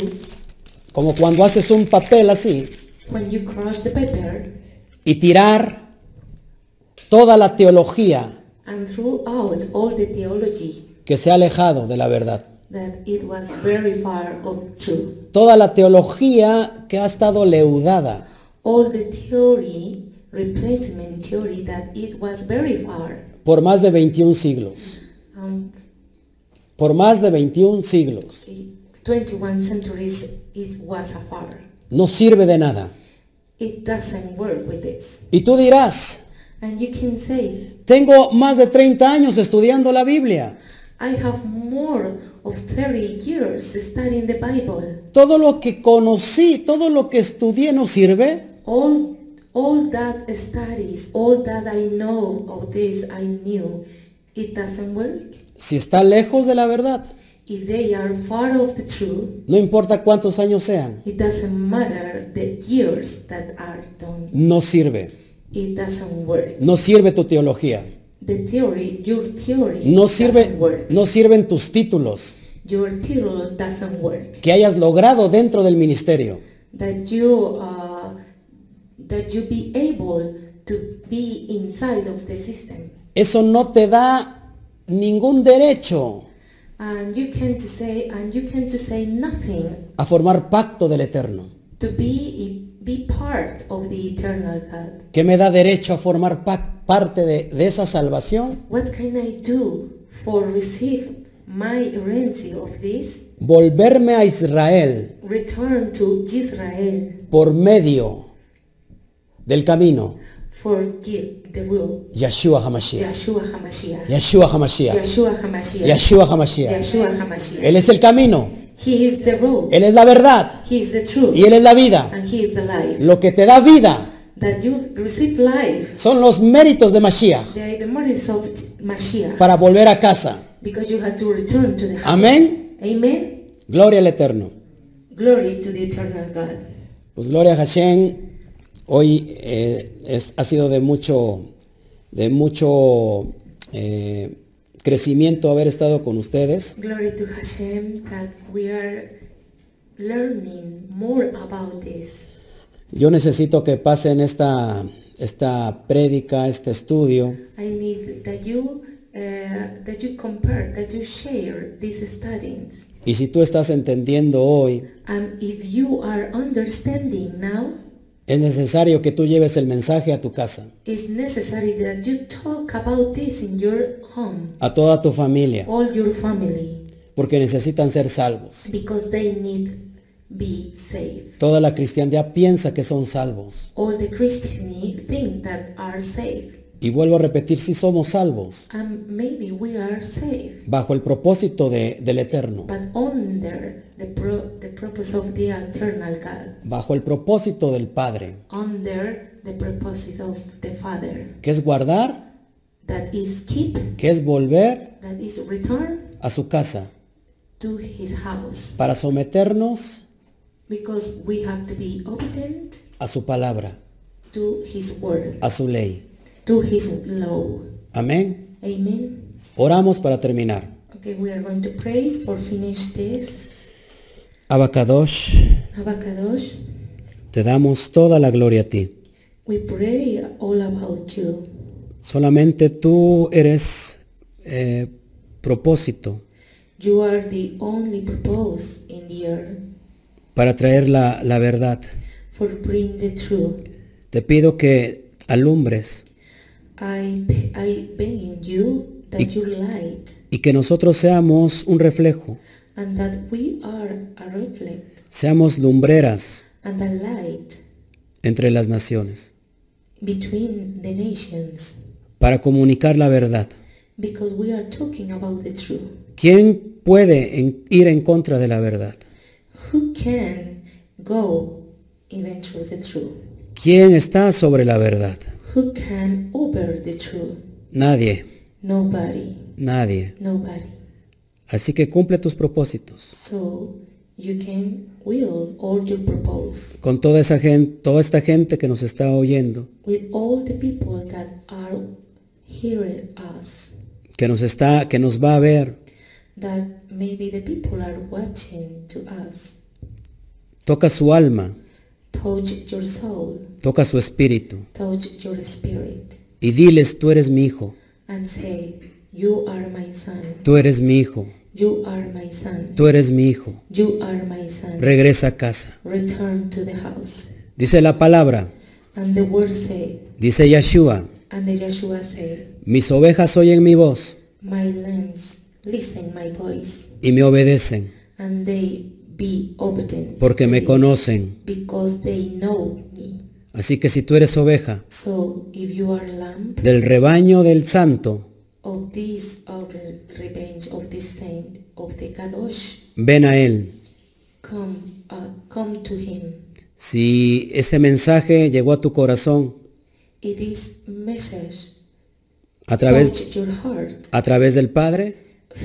como cuando haces un papel así,
when you crush the paper
y tirar toda la teología
and threw out all the theology
que se ha alejado de la verdad.
that it was very far of truth,
toda la teología que ha estado leudada,
all the theory, replacement theory that it was very far,
por más de 21 siglos,
um,
por más de 21 siglos,
21 centuries it was afar.
no sirve de nada.
It doesn't work with this.
Y tú dirás,
And you can say,
tengo más de 30 años estudiando la Biblia,
I have more of 30 years studying the Bible.
todo lo que conocí, todo lo que estudié no sirve.
All, all that studies, all that I know of this, I knew. It doesn't work.
Si está lejos de la verdad,
If they are far of the truth,
no importa cuántos años sean,
it doesn't matter the years that are done.
no sirve,
It doesn't work.
no sirve tu teología.
The theory, your theory
No
doesn't
sirven,
work.
no sirven tus títulos
Your theory doesn't work.
que hayas logrado dentro del ministerio.
That you uh, that you be able to be inside of the system,
Eso no te da ningún derecho
and you can to say and you can to say nothing
a formar pacto del Eterno.
to be be part of the eternal God.
¿Qué me da derecho a formar pac- parte de, de esa salvación?
What can I do for receive my renzi of this?
Volverme a Israel
Return to Israel,
por medio del camino.
forgive the will.
Yeshua HaMashiach.
Yeshua HaMashiach.
Yeshua HaMashiach.
Yeshua HaMashiach.
Yeshua HaMashiach.
Yeshua HaMashiach.
Él es el camino.
He is the road.
Él es la verdad.
He is the truth.
Y Él es la vida.
And He is the life.
Lo que te da vida
That you receive life.
son los méritos de Mashiach
The, the merits of Mashiach.
para volver a casa.
Because you have to return to the house.
Amén.
Amen.
Gloria al Eterno.
Glory to the eternal God.
Pues Gloria a Hashem, hoy eh, es- ha sido de mucho, de mucho eh, crecimiento haber estado con ustedes.
Glory to Hashem that we are learning more about this.
Yo necesito que pasen esta, esta prédica, este estudio,
I need that you uh, that you compare, that you share these studies.
y si tú estás entendiendo hoy,
And if you are understanding now,
es necesario que tú lleves el mensaje a tu casa,
it's necessary that you talk about this in your home,
a toda tu familia,
all your family,
porque necesitan ser salvos.
because they need be safe.
Toda la cristiandad piensa que son salvos.
All the Christian think that are safe,
Y vuelvo a repetir, si somos salvos,
and maybe we are safe.
bajo el propósito de- del Eterno.
but under the, pro- the purpose of the eternal God,
bajo el propósito del Padre,
under the purpose of the Father,
que es guardar,
that is keep,
que es volver
that is return
a su casa,
to his house,
para someternos
because we have to be obedient
a su palabra,
to his word,
a su ley.
to his law.
Amén.
Amen.
Oramos para terminar.
Okay, we are going to pray or finish this.
Abacadosh,
Abacadosh,
te damos toda la gloria a ti.
we pray all about you.
Solamente tú eres eh, propósito
You are the only purpose in the earth
para traer la, la verdad.
for bring the truth.
Te pido que alumbres
I, be- I begging you that you light
y que nosotros seamos un reflejo,
and that we are a reflect
seamos lumbreras
and a light
entre las naciones.
between the nations
para comunicar la verdad.
because we are talking about the truth.
¿Quién puede en- ir en contra de la verdad?
Who can go even through the truth?
¿Quién está sobre la verdad?
Who can over the truth?
Nadie,
Nobody.
nadie.
Nobody.
Así que cumple tus propósitos
So you can will all your purpose
con toda esa gente, toda esta gente que nos está oyendo,
with all the people that are hearing us.
que nos está, que nos va a ver.
that maybe the people are watching to us.
Toca su alma,
Touch your soul,
toca su espíritu
touch your spirit,
y diles, tú eres mi hijo,
and say, You are my son,
tú eres mi hijo,
you are my son,
tú eres mi hijo.
you are my son.
Regresa a casa.
Return to the house.
Dice la palabra,
And the word said,
dice Yeshua,
and the Joshua said,
mis ovejas oyen mi voz
My lambs listen my voice,
y me obedecen.
and they be obedient.
porque
to
me
this,
conocen.
Because they know me.
Así que si tú eres oveja
So if you are lamb,
del rebaño del santo,
of this our revenge of this saint of the Kadosh,
ven a él.
come, uh, come to him.
Si este mensaje llegó a tu corazón
It is message
a través,
touch your heart
a través del Padre,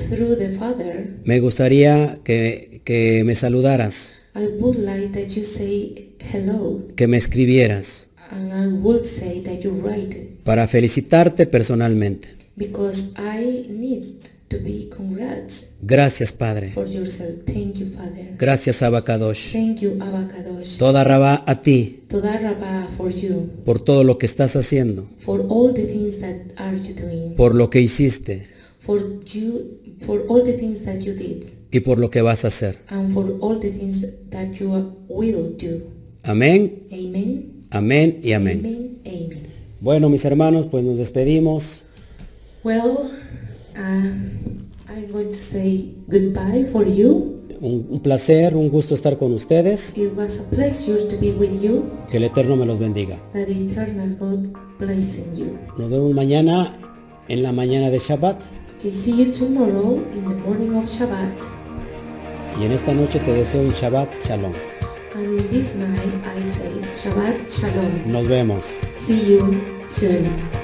through the Father.
me gustaría que, que me saludaras,
I would like that you say hello,
que me escribieras
and I would say that you write
para felicitarte personalmente.
because I need to be congrats
Gracias, Padre.
for yourself. Thank you, Father.
Gracias, Abacadosh.
Thank you, Abakadosh.
Toda Rabá a ti
Toda Rabba for you,
por todo lo que estás haciendo,
for all the things that are you doing,
por lo que hiciste
for you, for all the things that you did,
y por lo que vas a hacer.
and for all the things that you will do.
Amén,
Amen.
amén y amén.
Amen. Amen.
Bueno, mis hermanos, pues nos despedimos.
Well, um, I'm going to say goodbye for you.
Un, un placer, un gusto estar con ustedes.
It was a pleasure to be with you.
Que el Eterno me los bendiga.
That the eternal God blessing you.
Nos vemos mañana en la mañana de Shabbat.
Okay, see you tomorrow in the morning of Shabbat.
Y en esta noche te deseo un Shabbat Shalom.
And in this night, I say Shabbat Shalom.
Nos vemos.
See you soon.